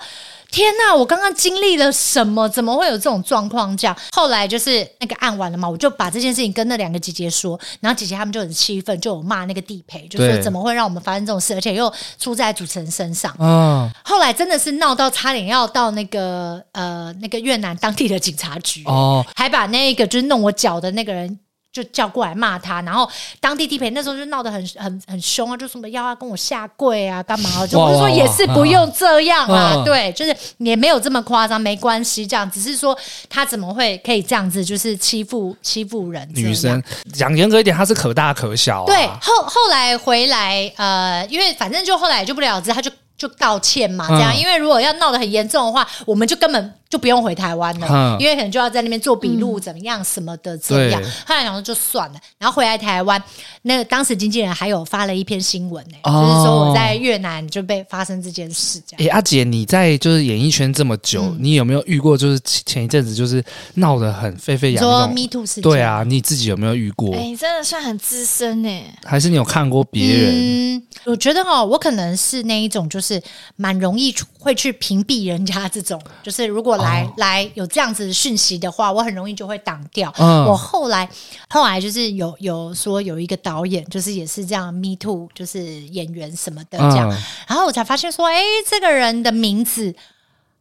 [SPEAKER 1] 天呐，我刚刚经历了什么？怎么会有这种状况？这样，后来就是那个案完了嘛，我就把这件事情跟那两个姐姐说，然后姐姐她们就很气愤，就有骂那个地陪，就说
[SPEAKER 3] 对
[SPEAKER 1] 怎么会让我们发生这种事，而且又出在主持人身上。
[SPEAKER 3] 嗯，
[SPEAKER 1] 后来真的是闹到差点要到那个呃那个越南当地的警察局，
[SPEAKER 3] 哦，
[SPEAKER 1] 还把那个就是弄我脚的那个人。就叫过来骂他，然后当地地陪那时候就闹得很很很凶啊，就什么要他跟我下跪啊，干嘛啊、就
[SPEAKER 3] 哇
[SPEAKER 1] 我就说
[SPEAKER 3] 哇
[SPEAKER 1] 也是不用这样啊，
[SPEAKER 3] 嗯
[SPEAKER 1] 对，就是也没有这么夸张，没关系，这样只是说他怎么会可以这样子，就是欺负欺负人这样
[SPEAKER 3] 女生讲严格一点，她是可大可小、啊。
[SPEAKER 1] 对，后后来回来，呃，因为反正就后来就不了了之，他就就道歉嘛，这样。
[SPEAKER 3] 嗯
[SPEAKER 1] 因为如果要闹得很严重的话，我们就根本就不用回台湾了，
[SPEAKER 3] 嗯
[SPEAKER 1] 因为可能就要在那边做笔录，怎么样什么的这样
[SPEAKER 3] 对。
[SPEAKER 1] 后来想说就算了，然后回来台湾，那个当时经纪人还有发了一篇新闻呢、
[SPEAKER 3] 哦
[SPEAKER 1] 就是说我在越南就被发生这件事这样。
[SPEAKER 3] 诶，阿姐，你在就是演艺圈这么久，
[SPEAKER 1] 嗯
[SPEAKER 3] 你有没有遇过就是前前一阵子就是闹得很沸沸
[SPEAKER 1] 你
[SPEAKER 3] 扬
[SPEAKER 1] 说
[SPEAKER 3] 扬
[SPEAKER 1] Me Too 事件，
[SPEAKER 3] 哎对啊，你自己有没有遇过？
[SPEAKER 2] 哎、你真的算很资深呢。
[SPEAKER 3] 还是你有看过别人？
[SPEAKER 1] 嗯，我觉得哦，我可能是那一种，就是蛮容易会去屏蔽人家这种， 就是如果来、
[SPEAKER 3] 哦
[SPEAKER 1] 来有这样子的讯息的话，我很容易就会挡掉。
[SPEAKER 3] 嗯
[SPEAKER 1] 我后来后来就是有有说有一个导演，就是也是这样 Me Too，就是演员什么的这样，
[SPEAKER 3] 嗯
[SPEAKER 1] 然后我才发现说，哎，这个人的名字。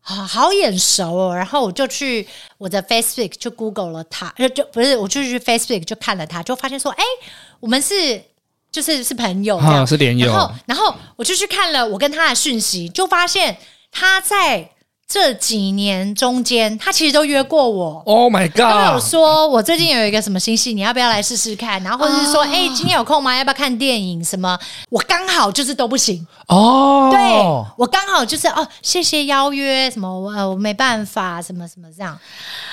[SPEAKER 1] 啊，好眼熟哦！然后我就去我的 Facebook 就 Google 了他，呃就不是，我就去 Facebook 就看了他，就发现说，哎，我们是就是是朋友这样，
[SPEAKER 3] 啊是连友
[SPEAKER 1] 然后然后我就去看了我跟他的讯息，就发现他在这几年中间，他其实都约过我。
[SPEAKER 3] Oh my
[SPEAKER 1] 他有
[SPEAKER 3] god！
[SPEAKER 1] 说，我最近有一个什么新戏，你要不要来试试看？然后或者是说，
[SPEAKER 3] 哦
[SPEAKER 1] 哎、今天有空吗？要不要看电影？什么？我刚好就是都不行，
[SPEAKER 3] 哦，
[SPEAKER 1] 对我刚好就是哦，谢谢邀约，什么我呃我没办法，什么什么这样，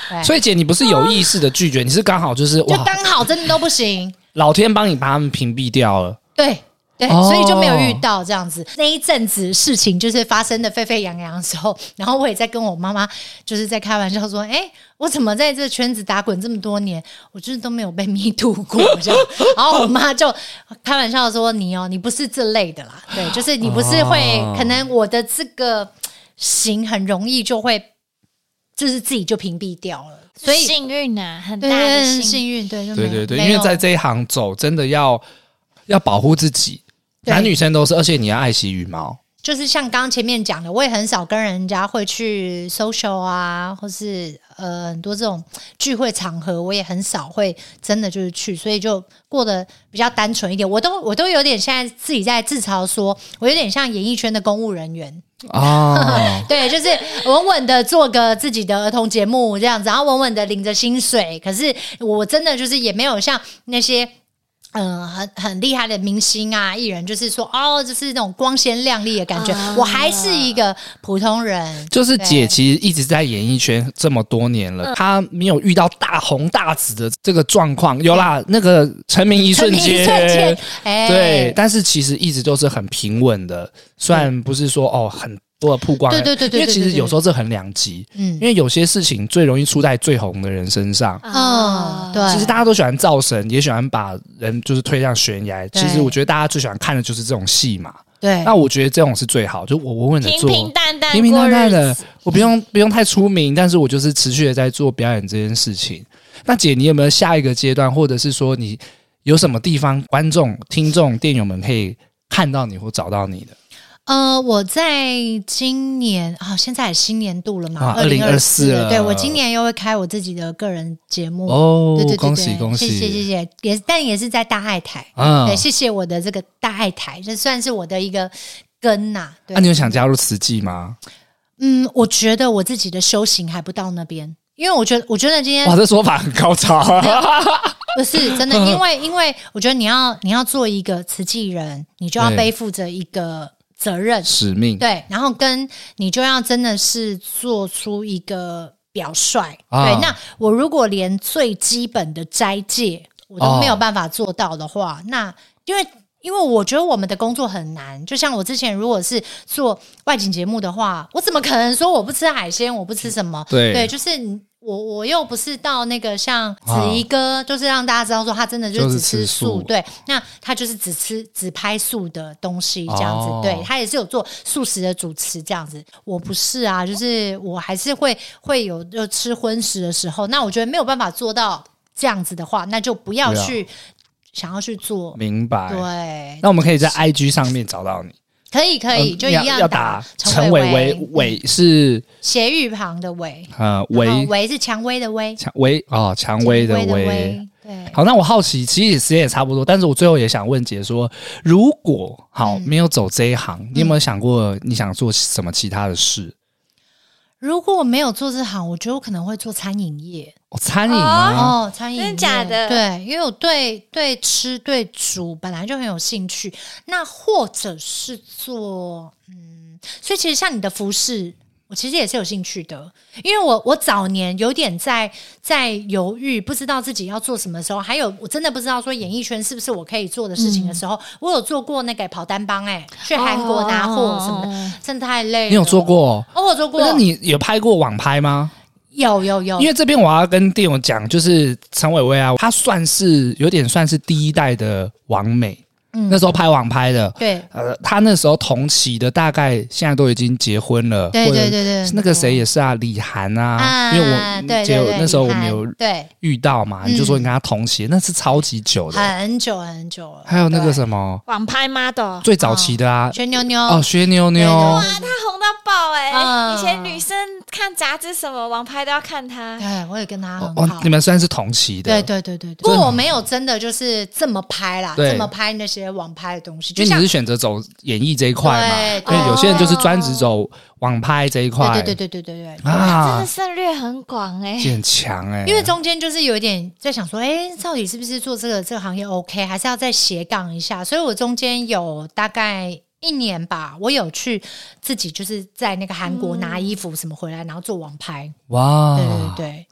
[SPEAKER 1] 对
[SPEAKER 3] 所以姐，你不是有意识的拒绝，你是刚好就是
[SPEAKER 1] 就
[SPEAKER 3] 哇，
[SPEAKER 1] 刚好真的都不行。
[SPEAKER 3] 老天帮你把他们屏蔽掉了。
[SPEAKER 1] 对对，
[SPEAKER 3] 哦
[SPEAKER 1] 所以就没有遇到这样子。那一阵子事情就是发生的沸沸扬扬的时候，然后我也在跟我妈妈就是在开玩笑说：“哎、我怎么在这圈子打滚这么多年，我就是都没有被迷途过这样。”然后我妈就开玩笑说：“你哦，你不是这类的啦，对，就是你不是会，
[SPEAKER 3] 哦
[SPEAKER 1] 可能我的这个行很容易就会，就是自己就屏蔽掉了，所以。”
[SPEAKER 2] 幸运呐、很大
[SPEAKER 1] 对，
[SPEAKER 2] 的
[SPEAKER 1] 很
[SPEAKER 2] 幸运。
[SPEAKER 1] 幸运，对，就没
[SPEAKER 3] 对
[SPEAKER 1] 有
[SPEAKER 3] 对对，
[SPEAKER 1] 嗯没
[SPEAKER 3] 因为
[SPEAKER 1] 有
[SPEAKER 3] 在这一行走，真的要要保护自己，
[SPEAKER 1] 对
[SPEAKER 3] 男女生都是，而且你要爱惜羽 毛。
[SPEAKER 1] 就是像刚刚前面讲的，我也很少跟人家会去 social 啊，或是呃很多这种聚会场合，我也很少会真的就是去，所以就过得比较单纯一点。我都我都有点现在自己在自嘲说，我有点像演艺圈的公务人员，
[SPEAKER 3] 哦
[SPEAKER 1] 对，就是稳稳的做个自己的儿童节目这样子，然后稳稳的领着薪水。可是我真的就是也没有像那些。嗯，很很厉害的明星啊，艺人，就是说哦，就是那种光鲜亮丽的感觉。我还是一个普通人，
[SPEAKER 3] 就是姐
[SPEAKER 1] 对嗯
[SPEAKER 3] 其实一直在演艺圈这么多年了，她没有遇到大红大紫的这个状况。有
[SPEAKER 1] 嗯
[SPEAKER 3] 啦，那个成名一瞬
[SPEAKER 1] 成名
[SPEAKER 3] 间，
[SPEAKER 1] 一瞬间，哎，
[SPEAKER 3] 对，但是其实一直都是很平稳的，虽然不是说哦很多的曝光，
[SPEAKER 1] 对对对对对
[SPEAKER 3] 因为其
[SPEAKER 1] 对
[SPEAKER 3] 实
[SPEAKER 1] 对
[SPEAKER 3] 有时候这很两极，
[SPEAKER 1] 嗯
[SPEAKER 3] 因为有些事情最容易出在最红的人身上。
[SPEAKER 2] 哦啊
[SPEAKER 1] 嗯，对，
[SPEAKER 3] 其实大家都喜欢造神，也喜欢把人就是推向悬崖。
[SPEAKER 1] 对
[SPEAKER 3] 其实我觉得大家最喜欢看的就是这种戏嘛。
[SPEAKER 1] 对
[SPEAKER 3] 那我觉得这种是最好，就我稳稳的
[SPEAKER 2] 平
[SPEAKER 3] 做，
[SPEAKER 2] 平淡淡，
[SPEAKER 3] 平平淡淡的，，我不用不用太出名，但是我就是持续的在做表演这件事情。那姐，你有没有下一个阶段，或者是说你有什么地方观众、听众、电友们可以看到你或找到你的
[SPEAKER 1] 呃，我在今年啊、现在也新年度了嘛
[SPEAKER 3] 啊，
[SPEAKER 1] 二零二
[SPEAKER 3] 2024了
[SPEAKER 1] 对我今年又会开我自己的个人节目
[SPEAKER 3] 哦
[SPEAKER 1] 对对对对
[SPEAKER 3] 恭喜恭喜
[SPEAKER 1] 谢谢谢谢，也但也是在大爱台，
[SPEAKER 3] 啊
[SPEAKER 1] 对，谢谢我的这个大爱台，这算是我的一个根呐、对，
[SPEAKER 3] 那、啊你有想加入慈济吗？
[SPEAKER 1] 嗯，我觉得我自己的修行还不到那边，因为我觉得，我觉得今天
[SPEAKER 3] 哇，这说法很高超啊！
[SPEAKER 1] 不 是真的，因为因为我觉得你要你要做一个慈济人，你就要
[SPEAKER 3] 对
[SPEAKER 1] 背负着一个责任，
[SPEAKER 3] 使命
[SPEAKER 1] 对，然后跟你就要真的是做出一个表率。
[SPEAKER 3] 啊
[SPEAKER 1] 对，那我如果连最基本的斋戒我都没有
[SPEAKER 3] 哦
[SPEAKER 1] 办法做到的话，那因为。因为我觉得我们的工作很难，就像我之前如果是做外景节目的话，我怎么可能说我不吃海鲜，我不吃什么？
[SPEAKER 3] 对
[SPEAKER 1] 对，就是你我我又不是到那个像子怡哥，就是让大家知道说他真的就
[SPEAKER 3] 啊就是
[SPEAKER 1] 只
[SPEAKER 3] 吃
[SPEAKER 1] 吃素，
[SPEAKER 3] 素
[SPEAKER 1] 对，那他就是只吃只拍素的东西这样子，
[SPEAKER 3] 哦
[SPEAKER 1] 对他也是有做素食的主持这样子。我不是啊，就是我还是会会有就吃荤食的时候，那我觉得没有办法做到这样子的话，那就不要
[SPEAKER 3] 不要
[SPEAKER 1] 去想要去做。
[SPEAKER 3] 明白。
[SPEAKER 1] 对，
[SPEAKER 3] 那我们可以在 IG 上面找到你，
[SPEAKER 1] 可以可以，就一
[SPEAKER 3] 嗯要
[SPEAKER 1] 样
[SPEAKER 3] 要打
[SPEAKER 1] 陈
[SPEAKER 3] 陈伟
[SPEAKER 1] 伟
[SPEAKER 3] 伟伟是
[SPEAKER 1] 斜玉旁的伟，
[SPEAKER 3] 呃
[SPEAKER 1] 然后
[SPEAKER 3] 伟
[SPEAKER 1] 伟是蔷薇的薇，
[SPEAKER 3] 蔷薇哦，蔷薇的
[SPEAKER 1] 蔷薇
[SPEAKER 3] 薇。
[SPEAKER 1] 薇，对，
[SPEAKER 3] 好，那我好奇，其实时间也差不多，但是我最后也想问姐说，如果
[SPEAKER 1] 嗯
[SPEAKER 3] 好、没有走这一行，你有没有想过你想做什么其他的事？
[SPEAKER 1] 如果我没有做这行，我觉得我可能会做餐饮业。
[SPEAKER 3] 哦、餐饮啊，
[SPEAKER 1] 哦，餐饮
[SPEAKER 2] 真的
[SPEAKER 1] 业
[SPEAKER 2] 假的
[SPEAKER 1] 对，因为我对对吃对煮本来就很有兴趣，那或者是做嗯，所以其实像你的服饰。我其实也是有兴趣的，因为我我早年有点在在犹豫，不知道自己要做什么的时候，还有我真的不知道说演艺圈是不是我可以做的事情的时候，我有做过那个跑单帮、哎，去韩国拿货什么的，
[SPEAKER 2] 哦
[SPEAKER 1] 真的太累了。
[SPEAKER 3] 你有做？过？
[SPEAKER 1] 哦，我有做过。
[SPEAKER 3] 那你有拍过网拍吗？
[SPEAKER 1] 有有有，
[SPEAKER 3] 因为这边我要跟店友讲，就是陈伟伟啊，他算是有点算是第一代的网美，
[SPEAKER 1] 嗯
[SPEAKER 3] 那时候拍网拍的。
[SPEAKER 1] 对
[SPEAKER 3] 呃，他那时候同期的大概现在都已经结婚了，
[SPEAKER 1] 对
[SPEAKER 3] 或者
[SPEAKER 1] 对对对，
[SPEAKER 3] 那个谁也是啊，李涵啊，
[SPEAKER 1] 啊，
[SPEAKER 3] 因为我
[SPEAKER 1] 对
[SPEAKER 3] 姐
[SPEAKER 1] 对对
[SPEAKER 3] 那时候
[SPEAKER 1] 遗
[SPEAKER 3] 我们
[SPEAKER 1] 憾
[SPEAKER 3] 有
[SPEAKER 1] 对
[SPEAKER 3] 遇到嘛，
[SPEAKER 1] 嗯
[SPEAKER 3] 你就说你跟他同期，那是超级久的。
[SPEAKER 1] 很久很久了，
[SPEAKER 3] 还有那个
[SPEAKER 1] 对
[SPEAKER 3] 什么
[SPEAKER 2] 网拍 model，
[SPEAKER 3] 最早期的啊，
[SPEAKER 1] 薛妞妞啊
[SPEAKER 3] 哦，薛妞妞，
[SPEAKER 1] 对
[SPEAKER 2] 哇，她红到爆哎、
[SPEAKER 1] 嗯
[SPEAKER 2] 以前女生看杂志什么网拍都要看她，
[SPEAKER 1] 对我也跟他
[SPEAKER 3] 哦
[SPEAKER 1] 很
[SPEAKER 3] 哦
[SPEAKER 1] 好，
[SPEAKER 3] 你。们算是同期
[SPEAKER 1] 对
[SPEAKER 3] 的，
[SPEAKER 1] 对对对对，不过我没有真的就是这么拍啦，
[SPEAKER 3] 对
[SPEAKER 1] 这么拍那些网拍的东西，就
[SPEAKER 3] 因为
[SPEAKER 1] 像
[SPEAKER 3] 你是选择走演艺这一块嘛，
[SPEAKER 1] 对
[SPEAKER 3] 因为有些人就是
[SPEAKER 2] 对
[SPEAKER 3] 专职走网拍这一块，
[SPEAKER 1] 对对对对对对对，
[SPEAKER 2] 真
[SPEAKER 3] 啊
[SPEAKER 2] 的，涉略很广哎、
[SPEAKER 3] 很强哎，
[SPEAKER 1] 因为中间就是有一点在想说，哎，到底是不是做这个这个行业 OK，还是要再斜杠一下？所以我中间有大概一年吧，我有去自己就是在那个韩国拿
[SPEAKER 3] 嗯
[SPEAKER 1] 衣服什么回来，然后做网拍，
[SPEAKER 3] 哇
[SPEAKER 1] 对，对对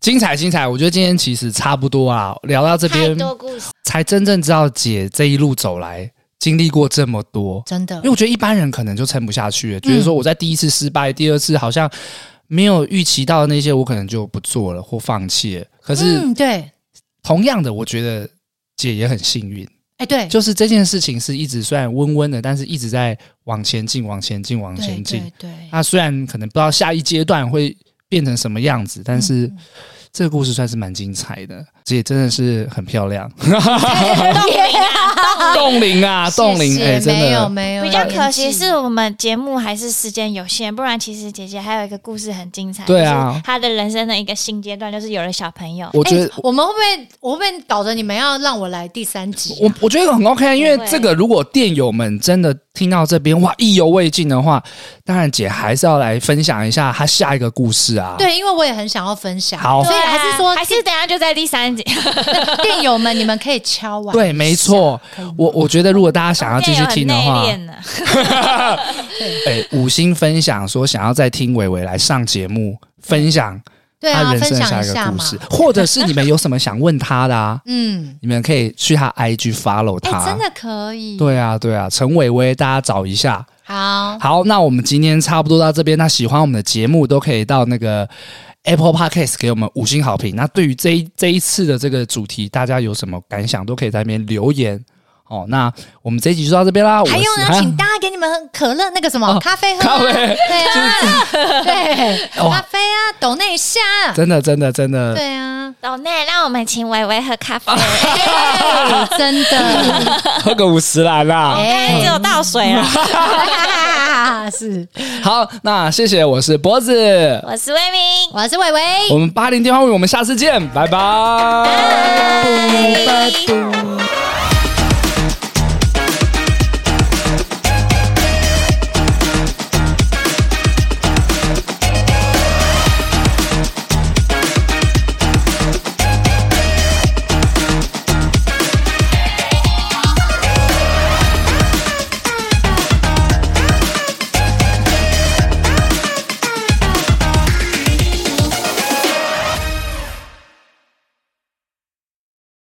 [SPEAKER 3] 精彩精彩！我觉得今天其实差不多啊，聊到这
[SPEAKER 2] 太
[SPEAKER 3] 边
[SPEAKER 2] 多故 事，
[SPEAKER 3] 才真正知道姐这一路走来经历过这么多，
[SPEAKER 1] 真的
[SPEAKER 3] 因为，我觉得一般人可能就撑不下去了，觉得
[SPEAKER 1] 嗯
[SPEAKER 3] 说我在第一次失败，第二次好像没有预期到的那些，我可能就不做了或放弃了。可是
[SPEAKER 1] 嗯，对，
[SPEAKER 3] 同样的，我觉得姐也很幸运，
[SPEAKER 1] 哎对，
[SPEAKER 3] 就是这件事情是一直虽然温温的，但是一直在往前进、往前进、往
[SPEAKER 1] 对
[SPEAKER 3] 前进。啊
[SPEAKER 1] 对对，
[SPEAKER 3] 那虽然可能不知道下一阶段会变成什么样子，但是
[SPEAKER 1] 嗯
[SPEAKER 3] 这个故事算是蛮精彩的，姐真的是很漂亮，
[SPEAKER 2] 动灵啊，动
[SPEAKER 3] 冻龄啊，冻龄，
[SPEAKER 1] 谢谢
[SPEAKER 3] 哎，真
[SPEAKER 1] 没有
[SPEAKER 3] 的。
[SPEAKER 1] 没有，
[SPEAKER 2] 比较可
[SPEAKER 1] 年
[SPEAKER 2] 惜
[SPEAKER 1] 纪
[SPEAKER 2] 是我们节目还是时间有限，不然其实姐姐还有一个故事很精彩。
[SPEAKER 3] 对啊
[SPEAKER 2] 就是她的人生的一个新阶段就是有了小朋友。
[SPEAKER 3] 我觉得
[SPEAKER 1] 哎我们会不会，我会不会搞得你们要让我来第三集啊、
[SPEAKER 3] 我我觉得很 OK，因为
[SPEAKER 2] 不会
[SPEAKER 3] 这个如果店友们真的听到这边哇意犹未尽的话，当然姐还是要来分享一下她下一个故事啊。，
[SPEAKER 1] 对，因为我也很想要分享，
[SPEAKER 3] 好
[SPEAKER 1] 所以还是说
[SPEAKER 2] 啊还是等一下就在第三集，
[SPEAKER 1] 电友们，你们可以敲完。
[SPEAKER 3] 对，没错。我我觉得如果大家 想要继 续听的话，
[SPEAKER 2] 内敛呢
[SPEAKER 3] 哎，五星分享说想要再听伟伟来上节目分享
[SPEAKER 1] 对
[SPEAKER 3] 他
[SPEAKER 1] 啊，
[SPEAKER 3] 人
[SPEAKER 1] 分
[SPEAKER 3] 生的
[SPEAKER 1] 享
[SPEAKER 3] 下
[SPEAKER 1] 一
[SPEAKER 3] 一个
[SPEAKER 1] 下
[SPEAKER 3] 故
[SPEAKER 1] 嘛。
[SPEAKER 3] 事，或者是你们有什么想问他的啊，
[SPEAKER 1] 嗯，
[SPEAKER 3] 你们可以去他 IG follow
[SPEAKER 1] 哎、
[SPEAKER 3] 他。
[SPEAKER 1] 真的可以。，
[SPEAKER 3] 啊对啊，对啊，陈伟伟，大家找一下。
[SPEAKER 1] 好，
[SPEAKER 3] 好，那我们今天差不多到这边。那喜欢我们的节目，都可以到那个 Apple Podcast 给我们五星好评。那对于这一这一次的这个主题，大家有什么感想，都可以在那边留言。哦，那我们这一集就到这边啦。我
[SPEAKER 1] 还有
[SPEAKER 3] 是
[SPEAKER 1] 呢，请大家给你们可乐那个什么、
[SPEAKER 3] 哦
[SPEAKER 1] 咖啡喝、
[SPEAKER 3] 咖
[SPEAKER 1] 啊，
[SPEAKER 3] 啡
[SPEAKER 1] 对啊，对，
[SPEAKER 3] 哇
[SPEAKER 1] 咖啡啊，抖那一下，
[SPEAKER 3] 真的真的真的，
[SPEAKER 1] 对 啊，
[SPEAKER 2] 岛内让我们请维维喝咖啡，
[SPEAKER 1] 哎真 的，
[SPEAKER 3] 喝个五十来啦。
[SPEAKER 2] 哎，只有倒水 了。
[SPEAKER 1] 是，
[SPEAKER 3] 好，那谢谢，我是脖
[SPEAKER 1] 哎
[SPEAKER 3] 子，
[SPEAKER 2] 我是魏明，
[SPEAKER 1] 我是伟伟。
[SPEAKER 3] 我们八零电话会，我们下次见，拜拜。
[SPEAKER 2] 拜。